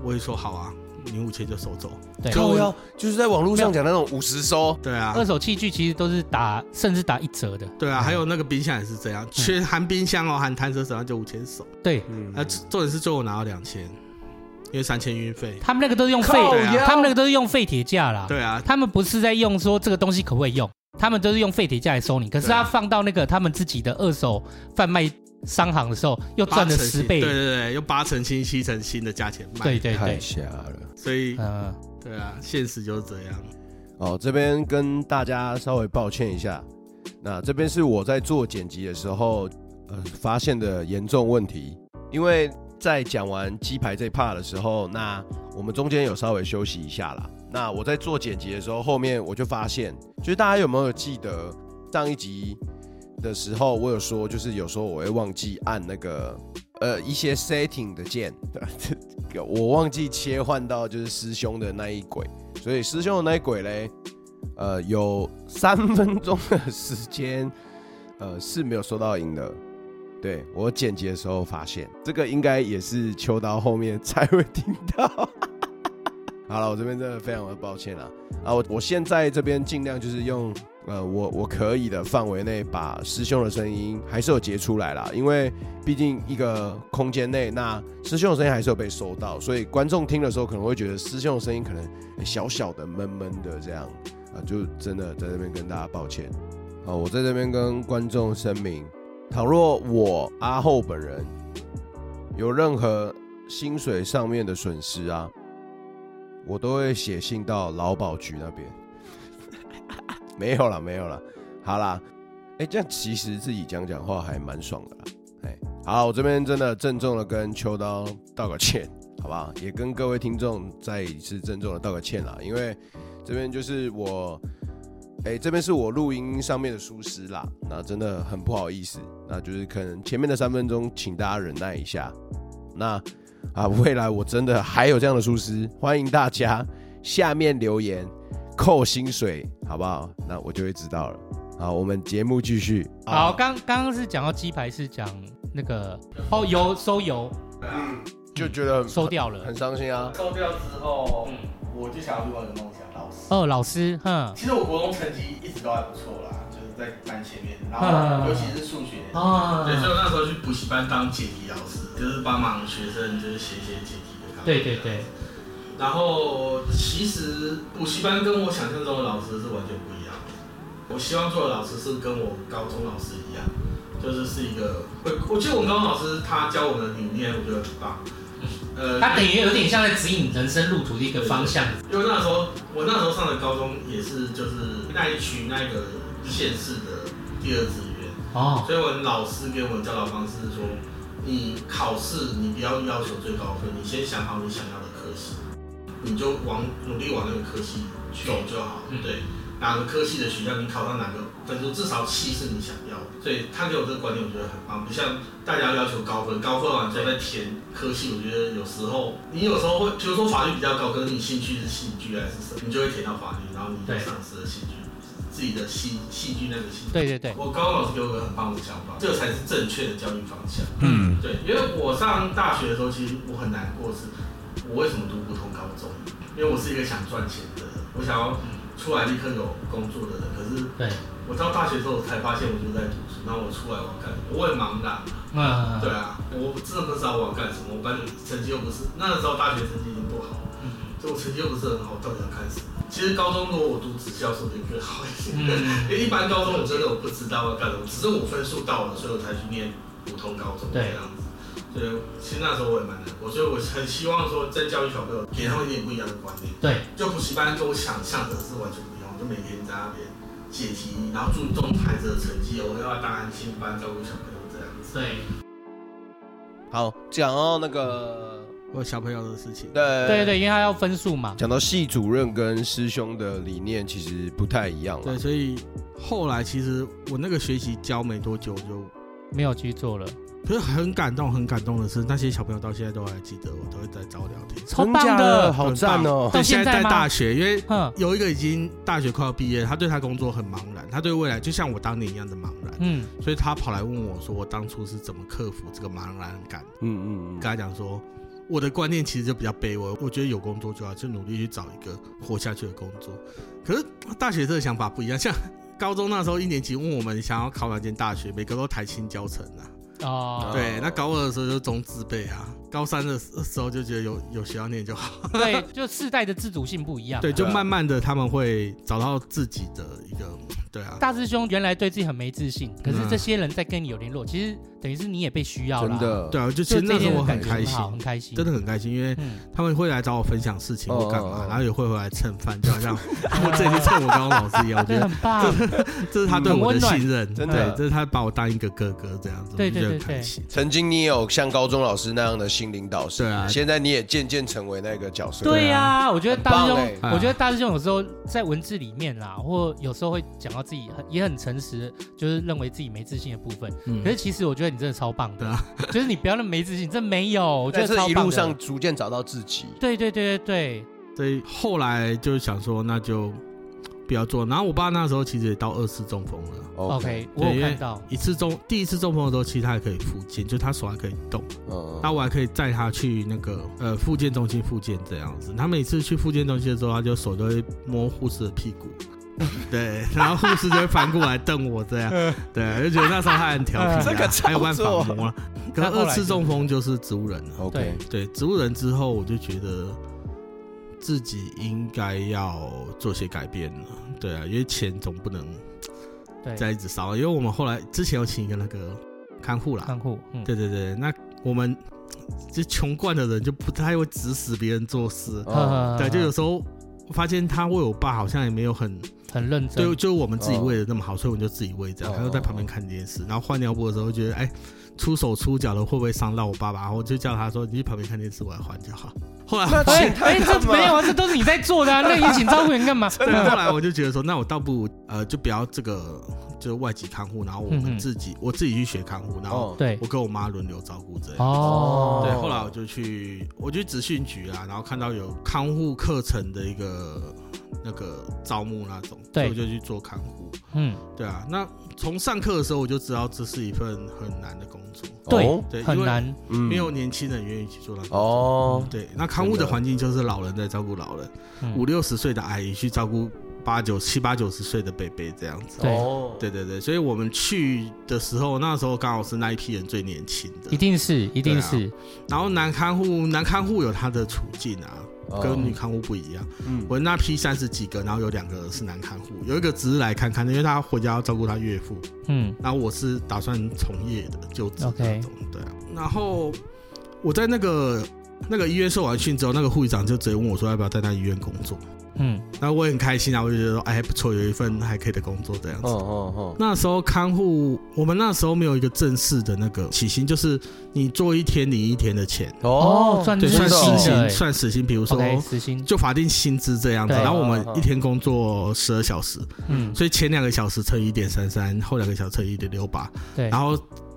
Speaker 3: 我也说好啊，你五千就收走。
Speaker 2: 对
Speaker 3: 就
Speaker 1: 靠腰就是在网络上讲的那种五十收，
Speaker 3: 对啊，
Speaker 2: 二手器具其实都是打甚至打一折的，
Speaker 3: 对啊，
Speaker 2: 嗯
Speaker 3: 还有那个冰箱也是这样，缺含冰箱哦，含摊车手那就五千收。
Speaker 2: 对
Speaker 1: 嗯
Speaker 3: 啊，重重点是最后我拿到两千，因为三千运费。啊
Speaker 2: 他们那个都是用废
Speaker 1: 靠
Speaker 3: 腰，
Speaker 2: 他们那个都是用废铁价啦，
Speaker 3: 对啊，
Speaker 2: 他们不是在用说这个东西可不可以用，他们都是用废铁价来收你，可是
Speaker 3: 对啊
Speaker 2: 他放到那个他们自己的二手贩卖商行的时候，又赚了
Speaker 3: 八成新
Speaker 2: 十倍
Speaker 3: 对，对对，用八成新、七成新的价钱卖。
Speaker 2: 对，对
Speaker 1: 太
Speaker 2: 对，
Speaker 1: 瞎了。
Speaker 3: 所以
Speaker 2: 嗯，
Speaker 3: 对啊，现实就是这样。
Speaker 1: 哦，这边跟大家稍微抱歉一下，那这边是我在做剪辑的时候，呃，发现的严重问题，因为在讲完鸡排这 part 的时候，那我们中间有稍微休息一下啦。那我在做剪辑的时候，后面我就发现，就是大家有没有记得上一集的时候，我有说，就是有时候我会忘记按那个呃一些 setting 的键， 我忘记切换到就是师兄的那一轨。所以师兄的那一轨嘞，呃，有三分钟的时间，呃，是没有收到音的。对我剪辑的时候发现，这个应该也是秋刀后面才会听到。 好了，我这边真的非常的抱歉啦。啊，我我现在这边尽量就是用呃我我可以的范围内，把师兄的声音还是有截出来啦，因为毕竟一个空间内，那师兄的声音还是有被收到，所以观众听的时候可能会觉得师兄的声音可能小小的、闷闷的这样啊，就真的在这边跟大家抱歉啊，我在这边跟观众声明，倘若我阿后本人有任何薪水上面的损失啊，我都会写信到劳保局那边。 没有了，没有了，好啦，哎，这样其实自己讲讲话还蛮爽的啦，哎，好，我这边真的郑重的跟秋刀道个歉。好不好？也跟各位听众再一次郑重的道个歉啦，因为这边就是我，哎、这边是我录音上面的疏失啦，那真的很不好意思，那就是可能前面的三分钟，请大家忍耐一下。那啊，未来我真的还有这样的疏失，欢迎大家下面留言扣薪水，好不好？那我就会知道了。好，我们节目继续。
Speaker 2: 好，刚刚刚是讲到鸡排是讲那个哦油收油
Speaker 1: 就觉得
Speaker 2: 收
Speaker 1: 很
Speaker 2: 掉
Speaker 1: 很
Speaker 2: 了，
Speaker 1: 伤心啊。
Speaker 3: 收掉之后
Speaker 2: 嗯，
Speaker 3: 我就想要另外一个梦想，老师。
Speaker 2: 哦老师，哼，
Speaker 3: 其实我国中成绩一直都还不错啦，就是在蛮前面，然
Speaker 2: 嗯
Speaker 3: 后尤其是数学。
Speaker 2: 啊
Speaker 3: 对，所以我那时候去补习班当解题老师，就是帮忙学生就是写写解题的。
Speaker 2: 对对。对，
Speaker 3: 然后其实补习班跟我想象中的老师是完全不一样的。我希望做的老师是跟我高中老师一样，就是是一个，我我记得我们高中老师他教我们的理念，我觉得很棒。呃，
Speaker 2: 嗯他等于有点像在指引人生路途的一个方向，
Speaker 3: 因为那时候我那时候上的高中也是就是那一区那个县市的第二志愿，
Speaker 2: 哦，
Speaker 3: 所以我们老师给我们教导方式是说，你考试你不要要求最高分，你先想好你想要的科系，你就往努力往那个科系走就好
Speaker 2: 嗯。
Speaker 3: 对，哪个科系的学校你考到哪个分数，至少七是你想要的。所以他给我这个观点，我觉得很棒，不像大家要求高分，高分完之后再填科系，我觉得有时候你有时候会，比如说法律比较高，可是你兴趣是戏剧还是什么，你就会填到法律，然后你就
Speaker 2: 对
Speaker 3: 丧失了兴趣，自己的戏戏剧那个兴趣。
Speaker 2: 对对对，
Speaker 3: 我高中老师给我一个很棒的想法，这才是正确的教育方向。
Speaker 2: 嗯，
Speaker 3: 对，因为我上大学的时候，其实我很难过是，我为什么读不同高中？因为我是一个想赚钱的人，我想要出来立刻有工作的人。可是
Speaker 2: 对，
Speaker 3: 我到大学之后才发现，我就在读书，那我出来我要干什么？我很茫然。
Speaker 2: 嗯，
Speaker 3: 对啊，我真的不知道我要干什么。我班成绩又不是那时候大学成绩已经不好了，
Speaker 2: 嗯
Speaker 3: 所以我成绩又不是很好，到底要干什么？其实高中如果我读职校，说不定更好一点。
Speaker 2: 嗯，
Speaker 3: 因为一般高中我真的我不知道要干什么，只是我分数到了，所以我才去念普通高中这
Speaker 2: 对
Speaker 3: 样子。所以其实那时候我也蛮难过，所以我很希望说在教育小朋友给他们一点不一样的观念。
Speaker 2: 对，
Speaker 3: 就补习班跟我想象的是完全不一样，我就每天在那边解题，然后注重孩子的成绩，我要当安心班照顾小朋友这样子。
Speaker 2: 对，
Speaker 1: 好，讲到那个呃
Speaker 3: 或小朋友的事情。
Speaker 1: 对
Speaker 2: 对对，因为他要分数嘛。
Speaker 1: 讲到系主任跟师兄的理念其实不太一样
Speaker 3: 对，
Speaker 1: 了，
Speaker 3: 所以后来其实我那个学期教没多久就，
Speaker 2: 没有去做了，
Speaker 3: 可是很感动，很感动的是，那些小朋友到现在都还记得我，都会在找我聊天。
Speaker 2: 超
Speaker 1: 真
Speaker 2: 棒
Speaker 1: 假
Speaker 2: 的。
Speaker 1: 好赞哦！
Speaker 2: 到
Speaker 3: 对，
Speaker 2: 现
Speaker 3: 现
Speaker 2: 在
Speaker 3: 在
Speaker 2: 吗
Speaker 3: 在大学，因为
Speaker 2: 哼，
Speaker 3: 有一个已经大学快要毕业，他对他工作很茫然，他对未来就像我当年一样的茫然，
Speaker 2: 嗯，
Speaker 3: 所以他跑来问我说，我当初是怎么克服这个茫然感？
Speaker 1: 嗯嗯嗯，
Speaker 3: 跟他讲说，我的观念其实就比较卑微，我觉得有工作就要去努力去找一个活下去的工作。可是大学这个想法不一样，像高中那时候一年级问我们想要考哪间大学，每个都台青教成啊。
Speaker 2: 哦，
Speaker 3: 对，那高二的时候就中自备啊，高三的时候就觉得有有学校念就好。
Speaker 2: 对，就世代的自主性不一样。
Speaker 3: 对，就
Speaker 1: 对啊
Speaker 3: 慢慢的他们会找到自己的一个，对啊，
Speaker 2: 大师兄原来对自己很没自信，可是
Speaker 3: 嗯
Speaker 2: 这些人在跟你有联络，其实等于是你也被需要了。
Speaker 1: 真，的，
Speaker 3: 对啊，就其
Speaker 2: 就
Speaker 3: 实
Speaker 2: 这
Speaker 3: 那时
Speaker 2: 点
Speaker 3: 候我
Speaker 2: 感
Speaker 3: 很
Speaker 2: 觉
Speaker 3: 开心
Speaker 2: 好，，很开心，
Speaker 3: 真的。很开心，因为
Speaker 2: 嗯，
Speaker 3: 他们会来找我分享事情或干嘛
Speaker 1: 哦哦哦，
Speaker 3: 然后也会回来蹭饭，就好像我这里蹭我刚刚老师一 样，我
Speaker 2: 啊对，
Speaker 3: 觉得
Speaker 2: 很棒。
Speaker 3: 这是他对我的信任，
Speaker 1: 真的
Speaker 3: 对，这是他把我当一个哥哥这样子，
Speaker 2: 对
Speaker 3: 我就觉得
Speaker 2: 对对
Speaker 3: 很开心。
Speaker 1: 曾经你有像高中老师那样的新领导师，
Speaker 3: 对啊
Speaker 1: 现在你也渐渐成为那个角色。
Speaker 2: 对呀、我觉得大师兄，
Speaker 1: 很
Speaker 3: 棒欸
Speaker 2: 我觉得大师兄有时候在文字里面啦，或有时候会讲到自己很也很诚实，就是认为自己没自信的部分。
Speaker 3: 嗯
Speaker 2: 可是其实我觉得你真的超棒的，
Speaker 3: 对啊，
Speaker 2: 就是你不要那么没自信，这没有，我觉
Speaker 1: 但
Speaker 2: 得
Speaker 1: 是
Speaker 2: 超棒的。
Speaker 1: 一路上，逐渐找到自己。
Speaker 2: 对对对对对，
Speaker 3: 所以后来就想说，那就不要做。然后我爸那时候其实也到二次中风了，
Speaker 2: OK，我
Speaker 3: 对
Speaker 2: 有
Speaker 3: 因为
Speaker 2: 看到，
Speaker 3: 一次中第一次中风的时候，其实他还可以复健，就他手还可以动，
Speaker 1: 嗯
Speaker 3: 那我还可以载他去那个呃复健中心复健这样子。他每次去复健中心的时候，他就手都会摸护士的屁股。 对，然后护士就会翻过来瞪我这样， 对，就觉得那时候他很调皮啊、
Speaker 1: 这个
Speaker 3: 还有办
Speaker 1: 操
Speaker 3: 法
Speaker 1: 作
Speaker 3: 摸了。啊可
Speaker 2: 那
Speaker 3: 是
Speaker 2: 后
Speaker 3: 二
Speaker 2: 来
Speaker 3: 次
Speaker 2: 是
Speaker 3: 中风就是植物人了，
Speaker 1: OK，
Speaker 3: 对，植物人之后，我就觉得自己应该要做些改变了。对啊，因为钱总不能
Speaker 2: 对，
Speaker 3: 再一直烧，因为我们后来之前有请一个那个看护啦，
Speaker 2: 看护，嗯，
Speaker 3: 对对对，那我们就穷惯的人就不太会指使别人做事，
Speaker 2: 呵呵
Speaker 1: 哦
Speaker 2: 呵
Speaker 3: 对，就有时候。我发现他喂我爸好像也没有很，
Speaker 2: 很认真
Speaker 3: 就，就我们自己喂的那么好，所以我们就自己喂这样，
Speaker 1: 哦
Speaker 3: 他就在旁边看电视，然后换尿布的时候觉得，哎，出手出脚的会不会伤到我爸爸？然后我就叫他说，你去旁边看电视，我来换就好。后来
Speaker 1: 那
Speaker 2: 哎
Speaker 1: 请他
Speaker 2: 哎，这
Speaker 1: 干嘛
Speaker 2: 没有啊，这都是你在做 的啊，那你请照顾人干嘛？
Speaker 3: 对，后来我就觉得说，那我倒不如呃，就不要这个，就是外籍看护，然后我
Speaker 2: 嗯
Speaker 3: 们
Speaker 2: 嗯
Speaker 3: 自己，我自己去学看护，然后
Speaker 1: 哦
Speaker 2: 对，
Speaker 3: 我跟我妈轮流照顾这样。对，
Speaker 2: 哦，
Speaker 3: 后来我就去，我去职训局啊，然后看到有看护课程的一个那个招募那种，所
Speaker 2: 对
Speaker 3: 以我就去做看护。
Speaker 2: 嗯，
Speaker 3: 对啊，那从上课的时候我就知道这是一份很难的工作，
Speaker 2: 对
Speaker 1: 哦
Speaker 3: 对，
Speaker 2: 很
Speaker 3: 因为
Speaker 2: 难，
Speaker 1: 嗯
Speaker 3: 没有年轻人愿意去做那个工作。
Speaker 1: 哦，
Speaker 3: 对，那看护
Speaker 1: 真
Speaker 3: 的
Speaker 1: 的
Speaker 3: 环境就是老人在照顾老人，
Speaker 2: 嗯
Speaker 3: 五六十岁的阿姨去照顾八九七八九十岁的贝贝这样子。
Speaker 2: 对
Speaker 1: 哦
Speaker 3: 对对对，所以我们去的时候，那时候刚好是那一批人最年轻
Speaker 2: 一
Speaker 3: 的。
Speaker 2: 定是，一定
Speaker 3: 对啊
Speaker 2: 是，
Speaker 3: 然后男看护，男看护有他的处境啊，
Speaker 1: 哦
Speaker 3: 跟女看护不一样。
Speaker 1: 嗯
Speaker 3: 我那批三十几个，然后有两个是男看护，有一个只是来看看的，因为他回家要照顾他岳父。
Speaker 2: 嗯，
Speaker 3: 然后我是打算从业的，就职
Speaker 2: OK
Speaker 3: 那种。对啊。然后我在那个那个医院受完训之后，那个护士长就直接问我说要不要在那医院工作。
Speaker 2: 嗯，
Speaker 3: 那我也很开心啊，我就觉得说哎还不错，有一份还可以的工作这样子。
Speaker 1: 哦哦
Speaker 3: 那时候看护，我们那时候没有一个正式的那个起薪，就是你做一天领一天的钱，
Speaker 1: 哦
Speaker 2: 哦，
Speaker 1: 赚
Speaker 2: 算
Speaker 3: 对，
Speaker 2: 日
Speaker 3: 算
Speaker 1: 是
Speaker 2: 薪
Speaker 1: 哦
Speaker 3: 时
Speaker 2: 的
Speaker 3: 薪，
Speaker 2: 欸
Speaker 3: 算时薪。比如说，
Speaker 2: ，OK，时薪，
Speaker 3: 就法定薪资这样子。
Speaker 2: 对
Speaker 3: 然后我们
Speaker 1: 哦哦
Speaker 3: 一天工作十二小时，
Speaker 2: 嗯，
Speaker 3: 所以前两个小时乘一点三三，后两个小时乘一点六八，
Speaker 2: 对
Speaker 3: 然后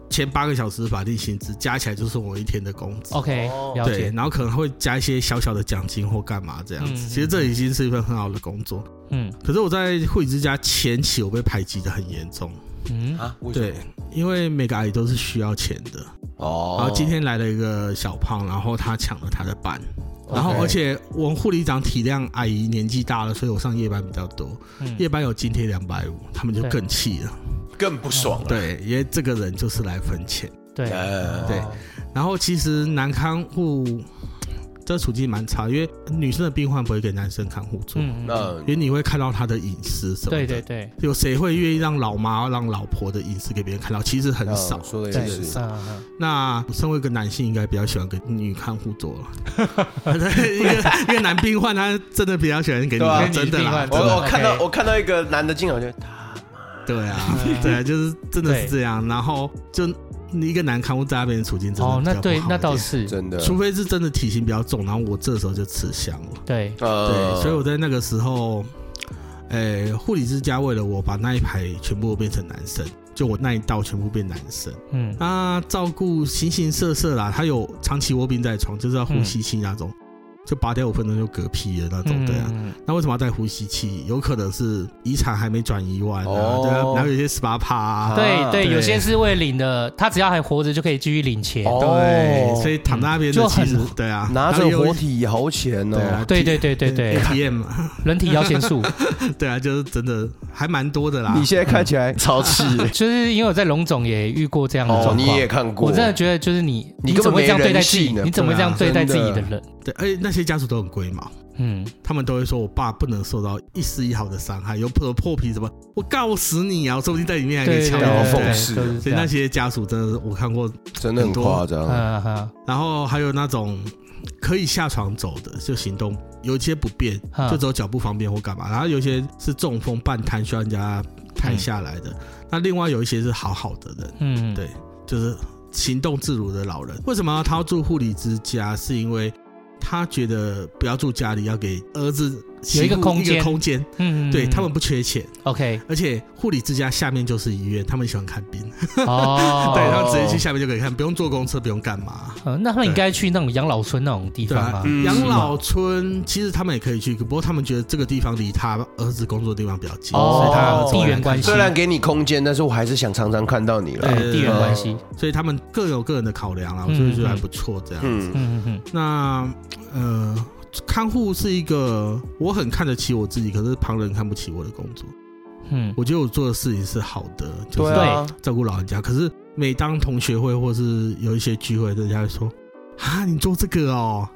Speaker 3: 前八个小时法定薪资加起来就是我一天的工资。
Speaker 2: ，OK，
Speaker 1: 哦
Speaker 2: 了
Speaker 3: 对，
Speaker 2: 解，
Speaker 3: 然后可能会加一些小小的奖金或干嘛这样子。
Speaker 2: 嗯嗯
Speaker 3: 其实这已经是一份很好的工作，
Speaker 2: 嗯
Speaker 3: 可是我在护理之家前期我被排挤的很严重。
Speaker 2: 嗯，
Speaker 1: 啊，为什么
Speaker 3: 对，因为每个阿姨都是需要钱的。
Speaker 1: 哦，
Speaker 3: 然后今天来了一个小胖，然后他抢了他的班，然后
Speaker 1: OK
Speaker 3: 而且我们护理长体谅阿姨年纪大了，所以我上夜班比较多，
Speaker 2: 嗯
Speaker 3: 夜班有津贴两百五，他们就
Speaker 2: 对
Speaker 3: 更气了。
Speaker 1: 更不爽了，
Speaker 3: 对，因为这个人就是来分钱。
Speaker 2: 对，
Speaker 1: 呃
Speaker 3: 对
Speaker 2: 哦，
Speaker 3: 然后其实男看护这处境蛮差，因为女生的病患不会给男生看护做，
Speaker 2: 嗯，
Speaker 1: 那
Speaker 2: 嗯
Speaker 3: 因为你会看到他的隐私什么
Speaker 2: 对
Speaker 3: 的。
Speaker 2: 对对，
Speaker 3: 有谁会愿意让老妈、让老婆的隐私给别人看到？其实很
Speaker 1: 嗯
Speaker 3: 少。
Speaker 1: 说的
Speaker 2: 对，
Speaker 1: 也
Speaker 2: 嗯
Speaker 1: 是，
Speaker 2: 嗯嗯
Speaker 3: 那身为一个男性，应该比较喜欢给女看护做了。 对，一个一个男病患，他真的比较喜欢给女
Speaker 1: 对啊
Speaker 3: 看，真的啦
Speaker 2: 给女病患，
Speaker 1: 我
Speaker 2: 真的
Speaker 1: 我看到
Speaker 2: OK
Speaker 1: 我看到一个男的进来，我就
Speaker 3: 嗯
Speaker 2: 嗯
Speaker 3: 对啊，对啊，就是真的是这样。然后就你一个难堪或在那边的处境真的
Speaker 2: 哦，那
Speaker 3: 比较不
Speaker 2: 对
Speaker 3: 好，
Speaker 2: 那
Speaker 3: 一
Speaker 2: 倒
Speaker 3: 点
Speaker 2: 是
Speaker 1: 真的，
Speaker 3: 除非是真的体型比较重，然后我这时候就吃香了。
Speaker 2: 对，
Speaker 1: 呃
Speaker 3: 对，所以我在那个时候，诶、护理之家为了我把那一排全部变成男生，就我那一道全部变男生。
Speaker 2: 嗯，
Speaker 1: 啊
Speaker 3: 那照顾形形色色啦，他有长期卧病在床，就是要呼
Speaker 2: 嗯
Speaker 3: 吸器那种，就拔掉五分钟就嗝屁的那种，对啊。
Speaker 2: 嗯，
Speaker 3: 那为什么要带呼吸器？有可能是遗产还没转移完啊，
Speaker 1: 哦
Speaker 3: 对啊，然后有些十八趴啊，
Speaker 2: 对
Speaker 1: 啊
Speaker 2: 对，
Speaker 3: 对
Speaker 2: 有些是为领的，他只要还活着就可以继续领钱。
Speaker 1: 哦
Speaker 3: 对，所以躺在那边
Speaker 2: 就
Speaker 3: 的其
Speaker 2: 很
Speaker 3: 实对啊，
Speaker 1: 拿
Speaker 3: 然后
Speaker 1: 着
Speaker 3: 也有
Speaker 1: 活体摇钱
Speaker 3: 对啊
Speaker 1: 哦，，
Speaker 2: 对对对对对，
Speaker 3: ，ATM 嘛，
Speaker 2: 人体摇钱 树，
Speaker 3: 对啊，就是真的还蛮多的啦。
Speaker 1: 你现在看起来
Speaker 3: 嗯
Speaker 1: 超气
Speaker 2: 就是因为我在龙总也遇过这样的
Speaker 1: 哦，
Speaker 2: 状
Speaker 1: 你
Speaker 2: 况。
Speaker 1: 也看过，
Speaker 2: 我真的觉得，就是你，
Speaker 1: 你根本
Speaker 2: 怎么会这样对待
Speaker 1: 没人
Speaker 2: 自己？
Speaker 1: 性呢
Speaker 2: 你怎么会这样对待自己的
Speaker 1: 真
Speaker 2: 人？
Speaker 3: 对，而且那些家属都很龟毛，
Speaker 2: 嗯，
Speaker 3: 他们都会说我爸不能受到一丝一毫的伤害，有破破皮什么，我告死你啊！我说不定在里面还可以
Speaker 2: 对对
Speaker 3: 敲
Speaker 2: 对
Speaker 3: 到
Speaker 1: 然
Speaker 3: 你
Speaker 1: 后
Speaker 2: 对，
Speaker 1: 讽
Speaker 3: 对
Speaker 1: 刺
Speaker 2: 都是
Speaker 3: 所
Speaker 2: 这
Speaker 3: 以
Speaker 2: 样
Speaker 3: 那些家属真的是我看过，
Speaker 1: 真的很夸张，
Speaker 2: 嗯哼
Speaker 3: 然后还有那种可以下床走的，就行动有一些不便，
Speaker 2: 嗯
Speaker 3: 就走脚不方便或干嘛，然后有一些是中风半瘫需要人家抬下来的，那另外有一些是好好的人，
Speaker 2: 嗯，
Speaker 3: 对就是行动自如的老人。为什么他要住护理之家？是因为他觉得不要住家里，要给儿子
Speaker 2: 有一个
Speaker 3: 媳妇
Speaker 2: 空间
Speaker 3: 一个空间。
Speaker 2: 嗯，嗯
Speaker 3: 对
Speaker 2: 嗯
Speaker 3: 他们不缺钱，
Speaker 2: OK
Speaker 3: 而且护理之家下面就是医院，他们喜欢看病，
Speaker 2: 哦，
Speaker 3: 对他们直接去下面就可以看，不用坐公车，不用干嘛。
Speaker 2: 呃，那他们应该去那种养老村那种地
Speaker 3: 对
Speaker 2: 方
Speaker 3: 啊
Speaker 2: 啊，
Speaker 1: 嗯
Speaker 3: 养老村其实他们也可以去，不过他们觉得这个地方离他儿子工作的地方比较近，
Speaker 2: 哦
Speaker 3: 所以他儿子会来
Speaker 2: 地缘关系
Speaker 3: 看
Speaker 1: 虽然给你空间，但是我还是想常常看到你了。
Speaker 3: 对
Speaker 2: 对地缘
Speaker 1: 嗯
Speaker 2: 关系，
Speaker 3: 所以他们各有各人的考量啦，
Speaker 2: 嗯
Speaker 3: 我所以觉得还不错这样。
Speaker 1: 嗯，
Speaker 2: 嗯嗯嗯，
Speaker 3: 那呃，看护是一个我很看得起我自己，可是旁人看不起我的工作。
Speaker 2: 嗯，
Speaker 3: 我觉得我做的事情是好的，就是
Speaker 2: 对
Speaker 1: 啊，
Speaker 3: 照顾老人家。可是每当同学会或是有一些聚会，人家会说：“啊，你做这个哦。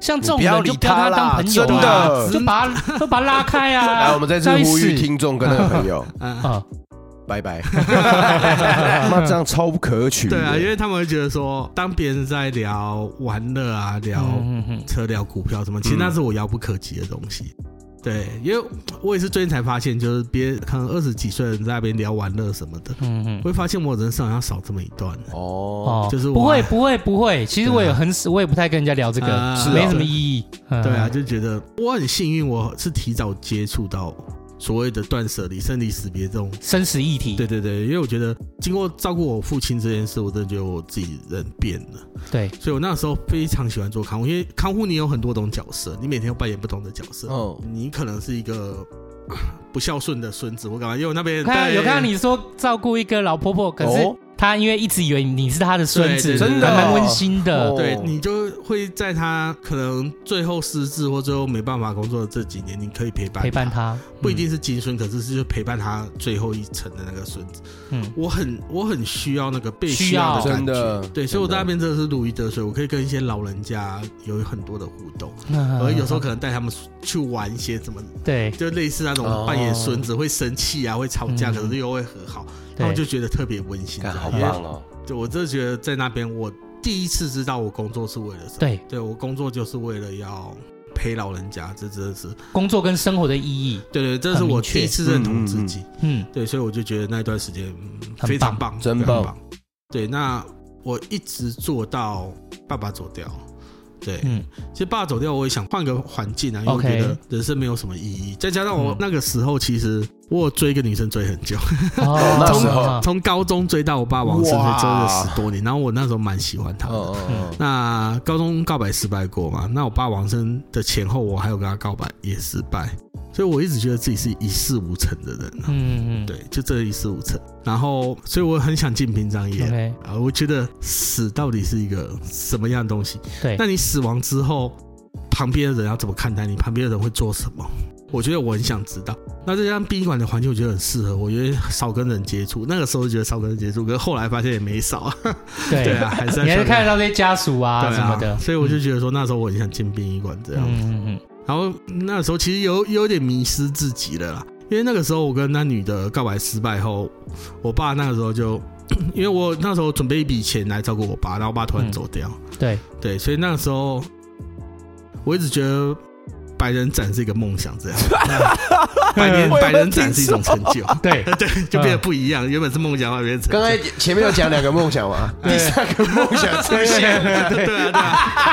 Speaker 2: 像这种
Speaker 1: 你不要
Speaker 2: 人
Speaker 1: 理
Speaker 2: 就不要跟他
Speaker 1: 他啦
Speaker 2: 当朋友
Speaker 1: 真
Speaker 2: 啊，
Speaker 1: 的
Speaker 2: 就把他 就把他拉开啊。
Speaker 1: 来，我们在这
Speaker 2: 该
Speaker 1: 呼吁
Speaker 2: 死
Speaker 1: 听众跟那个朋友，
Speaker 3: 啊
Speaker 2: 啊，
Speaker 1: 拜 拜。那这样超不可取的。
Speaker 3: 对啊，因为他们会觉得说，当别人在聊玩乐啊、聊
Speaker 2: 嗯嗯嗯
Speaker 3: 车、聊股票什么，其实
Speaker 1: 嗯
Speaker 3: 那是我遥不可及的东西。对，因为我也是最近才发现，就是别可能二十几岁的人在那边聊玩乐什么的，
Speaker 2: 嗯嗯
Speaker 3: 我会发现我人生好像少这么一段。
Speaker 1: 哦，
Speaker 2: 哦，
Speaker 3: 就是我
Speaker 2: 不会不会不会，其实
Speaker 3: 对啊
Speaker 2: 我也很我也不太跟人家聊这个，
Speaker 3: 啊
Speaker 1: 是啊
Speaker 2: 没什么意义。嗯
Speaker 3: 对啊，，就觉得我很幸运，我是提早接触到所谓的断舍离、生离死别这种。
Speaker 2: 生死议题，
Speaker 3: 对对对，因为我觉得经过照顾我父亲这件事，我真的觉得我自己人变了，
Speaker 2: 对，
Speaker 3: 所以我那时候非常喜欢做看护，因为看护你有很多种角色，你每天要扮演不同的角色。
Speaker 1: 哦，
Speaker 3: 你可能是一个 啊不孝顺的孙子，我干嘛？因为我那边
Speaker 2: 看到
Speaker 3: 对
Speaker 2: 有看到你说照顾一个老婆婆，可是
Speaker 1: 哦
Speaker 2: 她因为一直以为你是她的孙子，
Speaker 3: 对对
Speaker 1: 真
Speaker 2: 还蛮
Speaker 3: 对
Speaker 1: 的哦
Speaker 2: 温馨的
Speaker 1: 哦。
Speaker 3: 对你就会在他可能最后失智或最后没办法工作的这几年，你可以陪伴
Speaker 2: 陪伴她，
Speaker 3: 不一定是金孙，可是是就陪伴他最后一程的那个孙子。
Speaker 2: 嗯，嗯，
Speaker 3: 我很我很需要那个被
Speaker 2: 需
Speaker 3: 需要
Speaker 2: 要
Speaker 3: 的
Speaker 1: 真
Speaker 3: 感觉。
Speaker 1: 的，
Speaker 3: 对，所以我在那
Speaker 1: 真的
Speaker 3: 边真的是如鱼得水，我可以跟一些老人家有很多的互动，
Speaker 2: 嗯
Speaker 3: 而有时候可能带他们去玩一些什么，
Speaker 2: 对
Speaker 3: 就类似那种
Speaker 1: 哦
Speaker 3: 扮演孙子会生气啊，会吵架，
Speaker 2: 嗯
Speaker 3: 可是又会和好，他
Speaker 2: 对
Speaker 3: 们就，觉得特别温馨。
Speaker 1: 干好
Speaker 3: 因为
Speaker 1: 棒哦，
Speaker 3: 对我真的觉得在那边，我第一次知道我工作是为了什么。
Speaker 2: 对
Speaker 3: 对我工作就是为了要陪老人家，这真的是
Speaker 2: 工作跟生活的意义，
Speaker 3: 对对，这是我第一次认同自己。
Speaker 2: 嗯
Speaker 3: 对，所以我就觉得那段时间、嗯
Speaker 2: 很
Speaker 3: 非常棒，
Speaker 1: 真
Speaker 3: 非常
Speaker 1: 棒
Speaker 3: 棒。对，那我一直做到爸爸走掉。对，
Speaker 2: 嗯，
Speaker 3: 其实爸爸走掉，我也想换个环境啊，因为我
Speaker 2: OK
Speaker 3: 觉得人生没有什么意义。再加上我
Speaker 2: 嗯
Speaker 3: 那个时候，其实我有追一个女生追很久，
Speaker 2: 哦
Speaker 1: 那时候
Speaker 2: 啊
Speaker 3: 从高中追到我爸往生，
Speaker 1: 哇
Speaker 3: 追了十多年。然后我那时候蛮喜欢她
Speaker 1: 嗯
Speaker 3: 的。
Speaker 1: 嗯
Speaker 3: 那高中告白失败过嘛？那我爸往生的前后，我还有跟他告白也失败，所以我一直觉得自己是一事无成的人啊。
Speaker 2: 嗯嗯，
Speaker 3: 对，就这一事无成。然后，所以我很想进殡葬业啊、
Speaker 2: ，OK，
Speaker 3: 我觉得死到底是一个什么样的东西？
Speaker 2: 对
Speaker 3: 那，你死亡之后，旁边的人要怎么看待你？旁边的人会做什么？我觉得我很想知道。那这家殡仪馆的环境，我觉得很适合。我觉得少跟人接触，那个时候觉得少跟人接触，可是后来发现也没少 啊。对啊，，还是在
Speaker 2: 你还是
Speaker 3: 上面
Speaker 2: 看得到这些家属啊
Speaker 3: 对
Speaker 2: 什么的，
Speaker 3: 啊。所以我就觉得说，那时候我很想进殡仪馆这样。
Speaker 2: 嗯嗯
Speaker 3: 然后那时候其实有有点迷失自己了啦，因为那个时候我跟那女的告白失败后，我爸那个时候就，因为我那时候准备一笔钱来照顾我爸，然后
Speaker 2: 嗯
Speaker 3: 我爸突然走掉，
Speaker 2: 嗯，对，
Speaker 3: 对，所以那个时候我一直觉得百人展是一个梦 想，这样百年百人展是一种成就，
Speaker 2: 对
Speaker 3: 对，就变得不一样。原本是梦想，后来变成成
Speaker 4: 刚
Speaker 3: 就
Speaker 4: 才前面有讲两个梦想嘛，第三个梦想出现了，
Speaker 3: 对对啊，对啊，对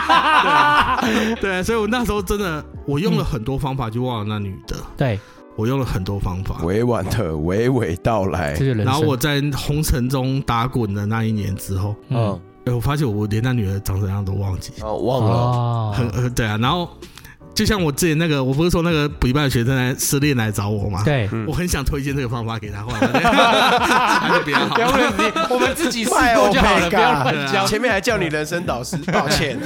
Speaker 3: 啊对啊，所以我那时候真的，我用了很多方法去忘了那女的，
Speaker 2: 对，
Speaker 3: 我用了很多方法。
Speaker 1: 委婉的娓娓道来
Speaker 2: 这就。是人生。
Speaker 3: 然后我在红尘中打滚的那一年之后，
Speaker 1: 嗯，
Speaker 3: 哎，我发现我连那女的长怎样都忘记，
Speaker 4: 哦，忘哦了，
Speaker 2: 哦
Speaker 3: 很呃对啊。然后就像我之前那个，我不是说那个补习班的学生来失恋来找我吗？
Speaker 2: 对，
Speaker 4: 嗯
Speaker 3: 我很想推荐这个方法给他，后来发现 还是不要好
Speaker 2: 不。要问你，我们自己试过就好了，不要
Speaker 3: 啊
Speaker 2: 乱教。
Speaker 4: 前面还叫你人生导师，抱歉，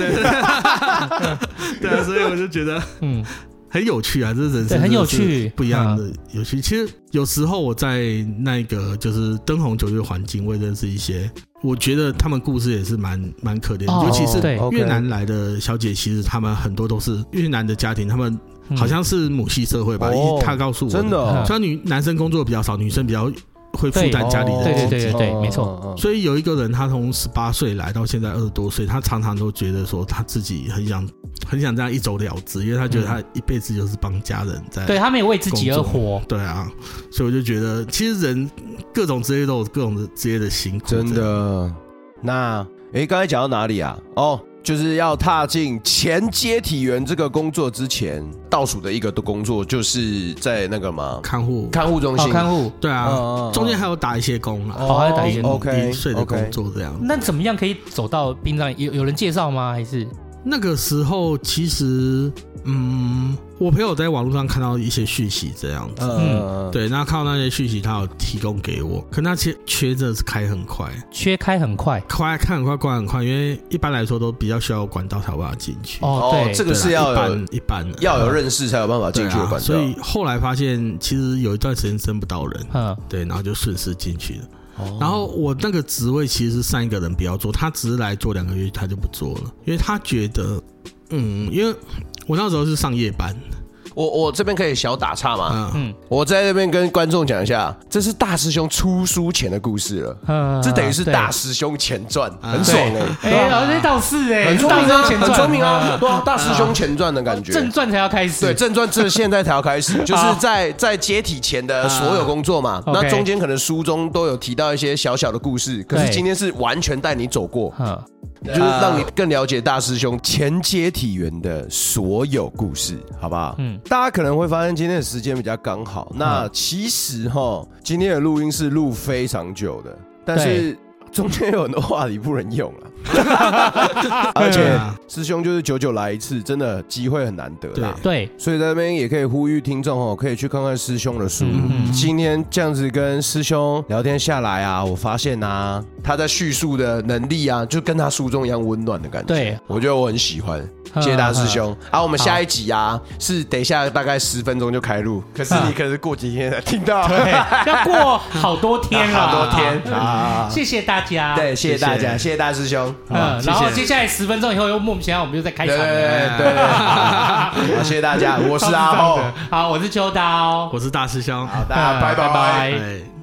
Speaker 3: 对啊，所以我就觉得
Speaker 2: 嗯，
Speaker 3: 很有趣啊，这
Speaker 2: 对，
Speaker 3: 人生
Speaker 2: 很有
Speaker 3: 真的是
Speaker 2: 趣，
Speaker 3: 不一样
Speaker 2: 嗯。
Speaker 3: 的有趣。其实有时候我在那个就是灯红酒绿的环境，我也认识一些，我觉得他们故事也是蛮蛮可怜的，
Speaker 2: 哦
Speaker 3: 尤其是
Speaker 2: 对
Speaker 1: OK
Speaker 3: 越南来的小姐，其实她们很多都是越南的家庭，她们
Speaker 2: 嗯
Speaker 3: 好像是母系社会吧，
Speaker 1: 哦
Speaker 3: 她告诉我
Speaker 1: 真的哦
Speaker 2: 嗯
Speaker 3: 虽然女男生工作比较少，女生比较会负担家里的
Speaker 2: 对
Speaker 3: 经
Speaker 2: 对
Speaker 3: 济。
Speaker 2: 对对对
Speaker 1: 哦
Speaker 2: 没错
Speaker 1: 哦
Speaker 3: 所以有一个人，他从十八岁来到现在二十多岁，他常常都觉得说他自己很想很想这样一走了之，因为他觉得他一辈子就是帮家人在。
Speaker 2: 对他们也为自己而活，
Speaker 3: 对啊，所以我就觉得，其实人各种职业都有各种的职业的辛苦。
Speaker 1: 真，的。那诶，刚才讲到哪里啊？哦，就是要踏进前接体员这个工作之前，倒数的一个的工作就是在那个嘛
Speaker 3: 看护，
Speaker 4: 看护中
Speaker 2: 好
Speaker 4: 心，
Speaker 2: 看护。
Speaker 3: 对啊，
Speaker 1: 嗯嗯嗯
Speaker 3: 中间还有打一些工啊，
Speaker 2: 哦还有打一些工
Speaker 1: OK，
Speaker 3: 零碎的
Speaker 1: OK
Speaker 3: 工作这样。
Speaker 2: 那怎么样可以走到殡葬？有有人介绍吗？还是
Speaker 3: 那个时候其实，嗯，我朋友在网络上看到一些讯息这样子，
Speaker 1: 嗯，
Speaker 3: 对，那看到那些讯息，他有提供给我，可那些缺真的是开很快，
Speaker 2: 缺开很快？
Speaker 3: 快看很快，关很快，因为一般来说都比较需要有管道才有办法进去。
Speaker 2: 哦，
Speaker 1: 哦
Speaker 2: 对，
Speaker 1: 这
Speaker 3: 对
Speaker 1: 个
Speaker 3: 啦，
Speaker 1: 是要
Speaker 3: 一
Speaker 1: 有
Speaker 3: 般一般的
Speaker 1: 要有认识才有办法进去的
Speaker 3: 对啊
Speaker 1: 管道
Speaker 3: 所。以后来发现，其实有一段时间争不到
Speaker 1: 啊
Speaker 3: 人，
Speaker 2: 嗯，
Speaker 3: 对，然后就顺势进去了。
Speaker 1: 哦
Speaker 3: 然后我那个职位其实是上一个人不要做，他只是来做两个月，他就不做了，因为他觉得，嗯，因为我那时候是上夜班，
Speaker 4: 我我这边可以小打岔
Speaker 1: 啊
Speaker 4: 吗？
Speaker 3: 嗯，
Speaker 4: 我在这边跟观众讲一下，这是大师兄出书前的故事了，
Speaker 2: 嗯
Speaker 4: 这等于是大
Speaker 2: 师，
Speaker 4: 师兄前传，
Speaker 3: 啊
Speaker 4: 很爽哎，
Speaker 2: 对哎，哦，这倒是哎，
Speaker 4: 很聪明
Speaker 2: 大
Speaker 4: 啊，
Speaker 2: 师前传
Speaker 4: 很聪明啊，
Speaker 2: 嗯哦
Speaker 4: 对啊，大师兄前传的感觉。
Speaker 2: 正传才要开
Speaker 4: 对
Speaker 2: 始，
Speaker 4: 正传这现在才要开始，就是
Speaker 2: 好
Speaker 4: 在在解体前的所有工作嘛。
Speaker 2: 啊
Speaker 4: 那
Speaker 2: OK
Speaker 4: 中间可能书中都有提到一些小小的故事，可是
Speaker 2: 对
Speaker 4: 今天是完全带你走过，
Speaker 2: 嗯，
Speaker 4: 就是让你更了解大师兄前接体员的所有故事，好不好？
Speaker 2: 嗯
Speaker 1: 嗯，大家可能会发现今天的时间比较刚好。那其实哈，今天的录音是录非常久的，但是中间有很多话题不能用了，而
Speaker 3: 对
Speaker 1: 且
Speaker 3: 啊，
Speaker 1: 师兄就是久久来一次，真的机会很难得啦。
Speaker 2: 对，
Speaker 1: 所以在这边也可以呼吁听众哦，可以去看看师兄的书。
Speaker 2: 嗯嗯
Speaker 1: 今天这样子跟师兄聊天下来啊，我发现啊，
Speaker 4: 他在叙述的能力啊，就跟他书中一样温暖的感觉。
Speaker 2: 对，
Speaker 4: 我觉得我很喜欢，
Speaker 2: 嗯
Speaker 4: 谢谢大师兄。啊，我们下一集啊，是等一下大概十分钟就开录，可是你可是过几天才听到，
Speaker 2: 对，要过好多天了，
Speaker 4: 好多天啊。
Speaker 2: 谢谢大家。
Speaker 4: 对，谢谢大家，谢谢大师兄。
Speaker 2: 嗯，然后接下来十分钟以后又莫名其妙我们就在开
Speaker 4: 对
Speaker 2: 场
Speaker 4: 对
Speaker 2: 了。
Speaker 4: 对对，好，谢谢大家，我是阿啊
Speaker 2: 超
Speaker 4: 浩
Speaker 2: 智障，的好，我是秋刀，
Speaker 1: 啊
Speaker 3: 我是大师兄，
Speaker 4: 好，大家拜拜。
Speaker 2: 拜
Speaker 3: 哎。